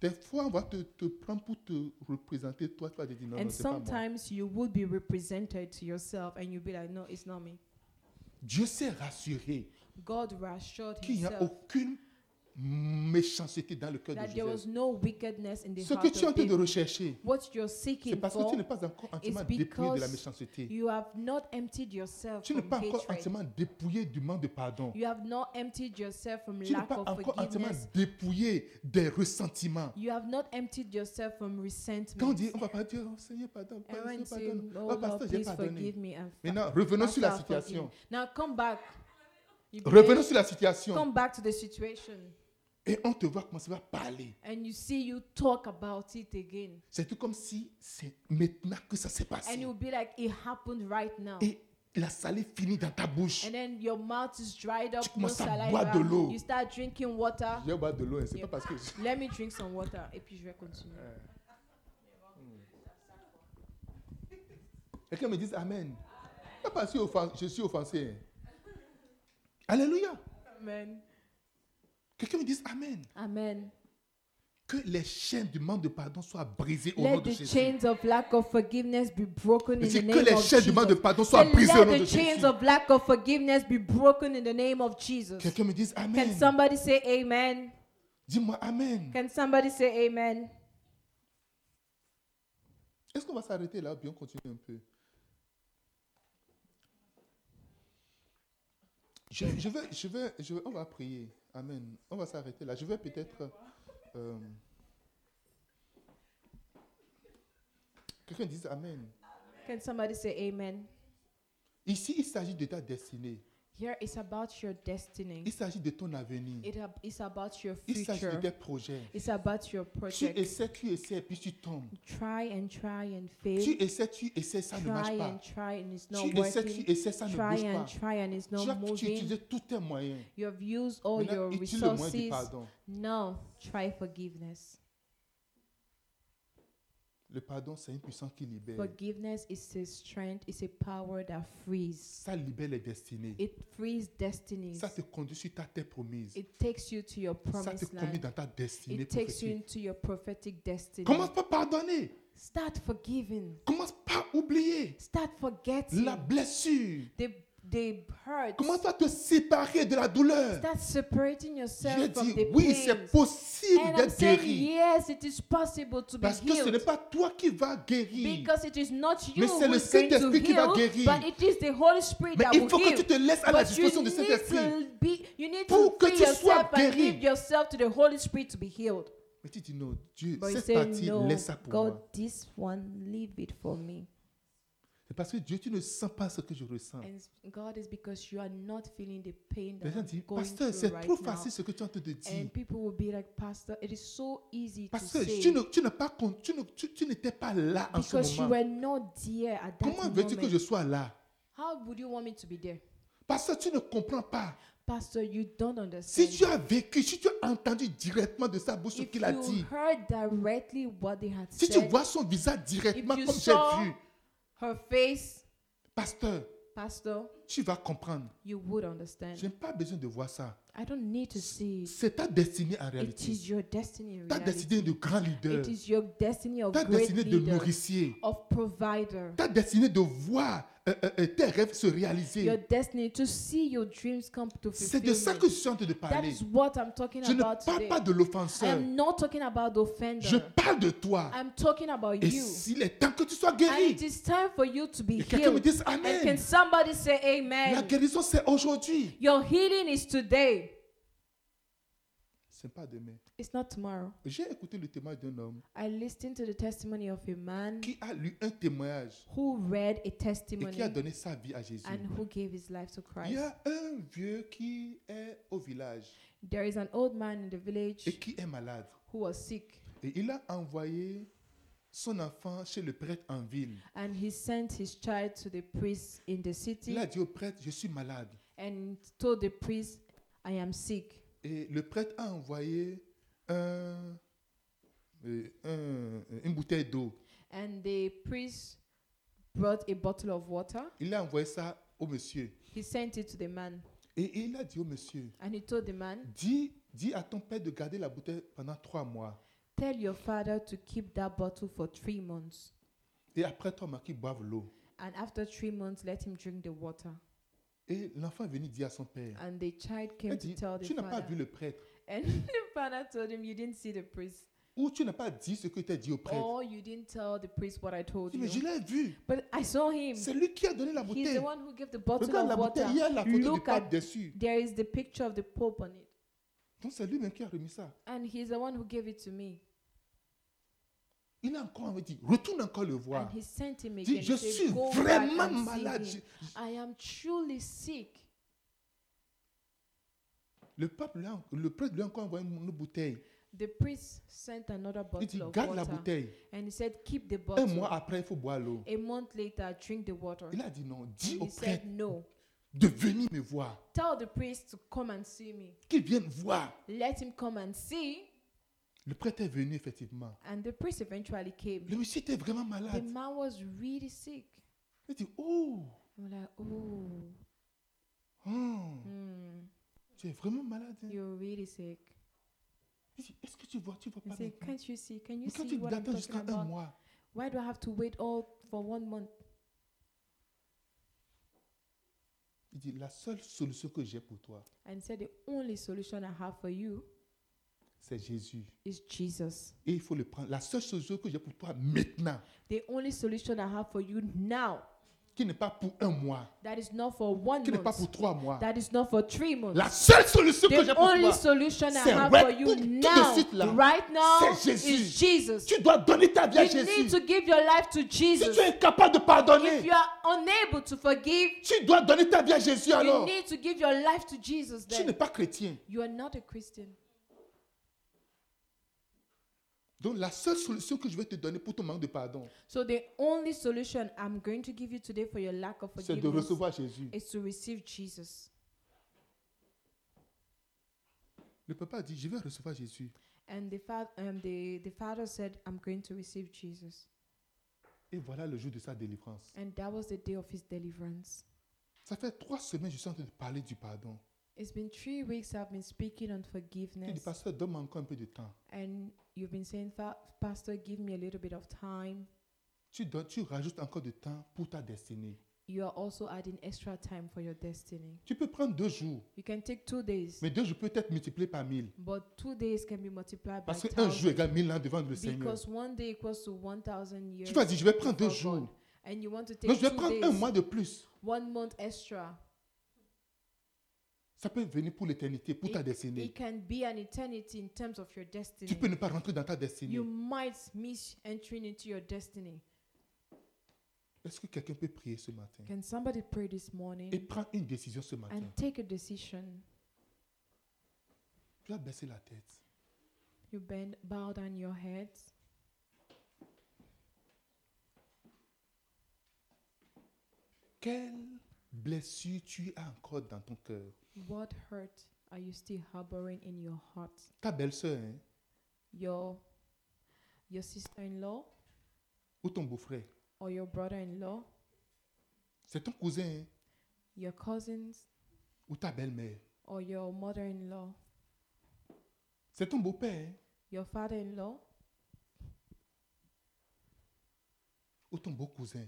Des fois, on va te, te prendre pour te représenter. Toi, tu vas te dire, non, non, and c'est pas moi. sometimes you would be represented to yourself, and you'll be like, "No, it's not me." Dieu s'est rassuré God reassured qu'il n'y a Himself aucune méchanceté dans le cœur de that there was Joseph. no wickedness in the Ce heart que tu es en of train de David. rechercher, What you're c'est seeking parce que tu n'es for, pas encore entièrement dépouillé de la because méchanceté. you have not emptied yourself Tu n'es from pas encore hatred. entièrement dépouillé du manque de pardon. You have not emptied yourself from Tu n'es lack pas of encore entièrement forgiveness. dépouillé des ressentiments. You have not emptied yourself from Quand on resentment. dit, on va pas dire, oh, Seigneur, pardonne, And pardonne, when say, pardonne. "Oh Oh, Lord, pasteur, j'ai please pardonné. forgive me," and fa- Maintenant, revenons sur la after I forgive situation. you. Now come back. You Revenons begin- sur la situation. Come back to the situation, Et on te voit commencer à parler. and you see you talk about it again, C'est tout comme si c'est maintenant que ça s'est and passé. you'll be like, "It happened right now." Et la salive finit dans ta bouche. And then your mouth is dried up, Tu no commences à boire de saliva. l'eau. You start drinking water. Je vais boire de l'eau, hein, c'est Yeah. pas parce que. je- Let me drink some water et puis je vais continuer. Quelqu'un me dit Amen. Pas parce que offen- je suis offensé. hein. Alléluia. Amen. Quelqu'un me dit Amen. Amen. Que les chaînes du manque de pardon soient brisées au nom Let de the Jésus. chains of lack of forgiveness be broken Je in the dis name que of les chaînes Jesus. du manque de pardon soient Say, brisées au Let nom de the Jésus. chains of lack of forgiveness be broken in the name of Jesus. Quelqu'un me dise Can Amen. somebody say amen? Dis-moi Amen. Can somebody say amen? Est-ce qu'on va s'arrêter là ou bien on continue un peu je, je vais, je vais, je vais- on va prier. Amen. On va s'arrêter là. Je vais peut-être. euh, Quelqu'un dise Amen. Can somebody say amen? Ici, il s'agit de ta destinée. Here it's about your destiny. Il s'agit de ton avenir. It ab- it's about your Il s'agit de future. tes projets. It's about your Tu project. essaies, tu essaies, puis tu tombes. Try and try and Tu fail. essaies, tu essaies, ça ne Try marche pas. and try and it's not Tu essaies, tu working. essaies, ça ne Try and bouge pas. try and it's Tu as not tu as moving. utilisé tous tes moyens. You have used all Maintenant, your utilise le moyen du resources. pardon. Now try forgiveness. Le pardon, c'est une puissance qui libère. Forgiveness is a strength, it's a power that frees. Ça libère les destinées. It frees destinies. Ça te conduit sur ta terre promise. It takes you to your Ça te promised conduit land. dans ta destinée It takes you prophétique. into your prophetic destiny. Commence par pardonner. Start forgiving. Commence par oublier Start forgetting la blessure. the, the hurt. Commence par te séparer de la douleur. Start separating J'ai yourself from dit, the oui, c'est pain. possible And I'm d'être saying, guéri. yes, it is possible to be Parce que ce n'est healed. pas toi qui vas guérir. Because it is not you Mais who c'est le is going to Saint-Esprit qui va heal, guérir. but it is the Holy Spirit Mais that il will faut que heal. tu te laisses à la But you disposition de need Saint-Esprit. to be, you need Pour to que free tu sois yourself and guéri. give yourself to the Holy Spirit to be healed. Mais tu dis non, Dieu, But you cette say, partie, no, laisse ça pour God, moi. this one, leave it for me. C'est parce que Dieu, tu ne sens pas ce que je ressens. And s- God is because you are not feeling the pain Ah. Les that gens I'm disent, going pasteur, through c'est right trop now. facile ce que tu es en train de dire. And people will be like, Pastor, it is so easy to Pasteur, say tu ne- tu n'es pas con- tu ne- tu- tu n'étais pas là en ce because you moment. were not there at that Comment veux-tu que moment. je sois là? How would you want me to be there? Pasteur, tu ne comprends pas. Pastor, you don't understand. Si tu as vécu, si tu as entendu directement de sa bouche ce if qu'il a you dit, heard directly what they had si tu said, vois son visage if directement you comme saw j'ai vu, her face, pasteur, Pastor, tu vas comprendre. you would understand. Je n'ai pas besoin de voir ça. I don't need to see it. C'est ta destinée en It réalité. is your destiny, in Ta reality. destinée de grand leader. It is your destiny of Ta great destinée de leader, nourricier. of provider. Ta destinée de voir euh, euh, euh, tes rêves se Your réaliser. destiny to see your dreams come to C'est de ça que fulfillment. je suis en train de That parler. is what I'm talking Je ne about parle today. pas de I l'offenseur. am not talking about the offender. Je parle de toi. I'm talking about Et you. s'il est temps que tu sois And it guéri, is time for you to be et quelqu'un me healed. dise And can Amen. somebody say La amen? guérison, c'est aujourd'hui. Your healing is today. C'est pas demain. It's not tomorrow. J'ai écouté le témoignage d'un homme I listened to the testimony of a man qui a lu un témoignage who read a et qui a testimony donné sa vie à Jésus. and who gave his life to Il y Christ. a un vieux qui est au village There is an old man in the village et qui est malade. who was sick, Et il a envoyé son enfant chez le prêtre en ville. and he sent his child to the priest in the Il city a dit au prêtre, je suis malade. and told the priest, I am sick. Et le prêtre a envoyé un- euh, un- une bouteille d'eau. And the priest brought a bottle of water. Il a envoyé ça au monsieur. He sent it to the man, Et il a dit au monsieur, and he told the man, dis, dis à ton père de garder la bouteille pendant trois mois. Tell your father to keep that bottle for three months. Et après trois mois, qu'il boive l'eau. And after three months, let him drink the water. Et l'enfant est venu dire à son père, And the child il came to dit, tell the tu n'as pas father. vu le prêtre. [laughs] And the father told him, You didn't see the priest. Ou tu n'as pas dit ce que tu as dit au prêtre. Or you didn't tell the priest what I Il told dit, mais je you. l'ai vu. But I saw him. C'est lui qui a donné la He's bouteille. the one who gave the bottle Regarde la of bouteille, water. il y a la photo du Look pape at dessus. there is the picture of the Pope on it. Donc c'est lui-même qui a remis ça. And he's the one who gave it to me. Il a encore envie de dire, retourne encore le And voir. he sent him again. Dis, je say, suis "Go back vraiment and see malade. him. I am truly sick. Le, pape lui a- le prêtre lui a encore envoyé une bouteille. The priest sent another Il dit, bottle of garde la water. bouteille. And he said, Keep the Un bottle. mois après, il faut boire l'eau. A month later, drink the water. Il a dit non. Dis And au he said, prêtre No. de venir me voir. Tell the priest to come and see me. Qu'il vienne voir. Let him come and see. Le prêtre est venu, effectivement. And the priest eventually came. Le monsieur était vraiment The malade. man was really sick. Il dit, oh, I'm like, Oh, oh, hmm, tu es vraiment malade. hein. you're really sick. Je dis, est-ce que tu vois, tu vois and pas say, maintenant Can't you see? Can you Mais quand see tu what I'm attends talking jusqu'à un about? mois, Why do I have to wait all for one month? il dit, la seule solution que j'ai pour toi, And he said, The only solution I have for you c'est Jésus. is Jesus. Et il faut le prendre. La seule solution que j'ai pour toi maintenant, The only solution I have for you now, qui n'est pas pour un mois, that is not for one qui n'est pas month, pour trois mois. that is not for three La months. seule solution que j'ai The pour only toi, solution I c'est have vrai. for you Tout- tout de now, suite là, right now, c'est Jésus. is Jesus. tu dois donner ta vie à You need Jésus. to give your life to Si Jesus. tu es incapable de If pardonner, you are unable to forgive, tu dois donner ta vie à Jésus you alors. need to give your life to Jesus. Tu n'es Then pas chrétien. you are not a Christian. Donc la seule solution que je vais te donner pour ton manque de pardon, So the only solution I'm going to give you today for your lack of c'est de forgiveness recevoir Jésus. is to receive Jesus. Le papa dit, je vais recevoir Jésus. And the father, um, the, the father said, I'm going to receive Jesus. Et voilà le jour de sa délivrance. And that was the day of his deliverance. Ça fait trois semaines que je suis en train de parler du pardon. It's been three weeks I've been speaking on Tu dis, forgiveness. pasteur, donne-moi encore un peu de temps. And you've been saying, "Fa- Pastor, give me a little bit of time. Tu, donnes, tu rajoutes encore du temps pour ta destinée. You are also adding extra time for your destiny. Tu peux prendre deux jours, You can take two days, mais deux jours peut être multiplié par mille. but two days can be multiplied by Parce qu'un jour thousand. égale mille ans devant le Seigneur. Because one day equals to 1,000 years. Tu vas dire, je vais prendre deux before God. jours. And you want to take Non, je vais two prendre days, un mois de plus. one month extra. Ça peut venir pour l'éternité, pour ta destinée. It can be an eternity in terms of your destiny. Tu peux ne pas rentrer dans ta destinée. You might miss entering into your destiny. Est-ce que quelqu'un peut prier ce matin Can somebody pray this et morning prendre une décision ce matin and take a decision? Tu vas baisser la tête. You bend, bow down your heads. Quelle blessure tu as encore dans ton cœur What hurt are you still harboring in your heart? Ta belle-sœur hein, Your your sister-in-law ou ton beau-frère or your brother-in-law, C'est ton cousin hein, your cousins ou ta belle-mère or your mother-in-law, C'est ton beau-père hein, your father-in-law ou ton beau-cousin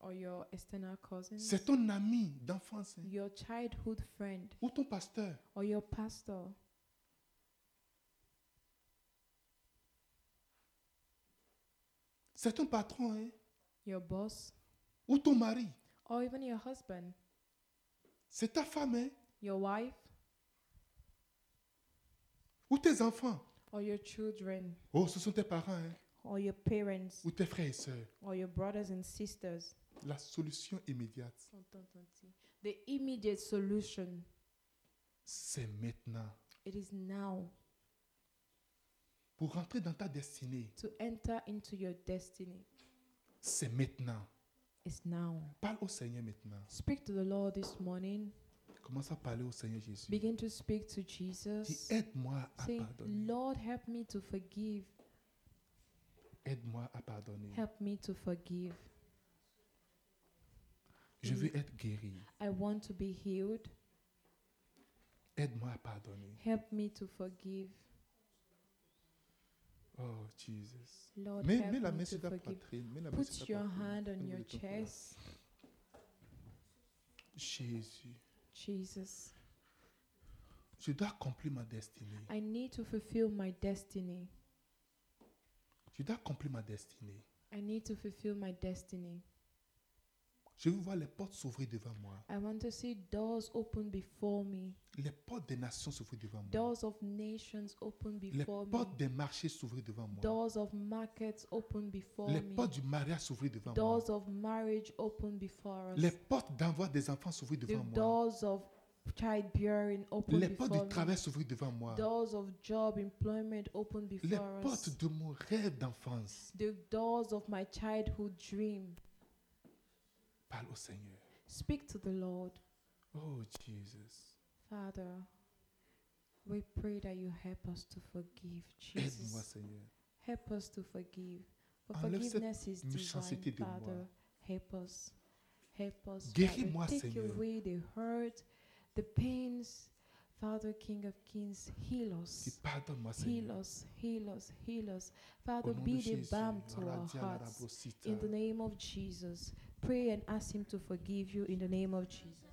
or your external cousins, C'est ton ami d'enfance hein, your childhood friend ou ton pasteur or your pastor. C'est ton patron hein, your boss, ou ton mari or even your husband, C'est ta femme hein, your wife, ou tes enfants or your children, Oh, ce sont tes parents hein, or your parents, ou tes frères et sœurs. or your brothers and sisters. La solution immédiate, The immediate solution, c'est maintenant. it is now Pour rentrer dans ta destinée, to enter into your destiny. c'est maintenant. It's now. Parle au Seigneur maintenant. Speak to the Lord this morning. Commence à parler au Seigneur Jésus. Begin to speak to Dis, Jesus. aide-moi à Say, pardonner. Lord, help me to forgive. Aide-moi à pardonner. Help me to forgive. Je veux être guéri. I want to be healed. Aide-moi à pardonner. Help me to forgive. Oh, Jesus. Lord, Mets, help mets la me main to sur ta forgive. poitrine. Mets la main sur ta Put your poitrine. hand Au on niveau your de ton cœur. chest, Jésus, Jesus. je dois accomplir ma destinée. I need to fulfill my destiny. Je dois accomplir ma destinée. I need to fulfill my destiny. Je veux voir les portes s'ouvrir devant moi. I want to see doors open before me, Les portes des nations s'ouvrent devant moi. doors of nations open Les before me, portes des marchés s'ouvrent devant moi. doors of markets open before Les me, portes du mariage s'ouvrent devant moi. doors of marriage open before us, Les portes d'envoi des enfants s'ouvrent the devant moi. doors of childbearing open Les portes before du me, travail s'ouvrent devant moi. doors of job employment open Les before us, portes de mon rêve d'enfance. the doors of my childhood dream. Parle au Seigneur. Speak to the Lord. Oh, Jesus. Father, we pray that you help us to forgive, Aide-moi, Jesus. Seigneur. Help us to forgive. For Enlève cette forgiveness is divine, méchanceté de moi. Father. Help us. Help us. Father. Guéris-moi, Take Seigneur. away the hurt, the pains. Father, King of Kings, heal Qui us. pardonne, moi, Heal Seigneur. us, heal us, heal us. Au Father, nom be de the Jésus, balm to our Radia hearts. Larabosita. In the name of Jesus, pray and ask Him to forgive you in the name of Jesus.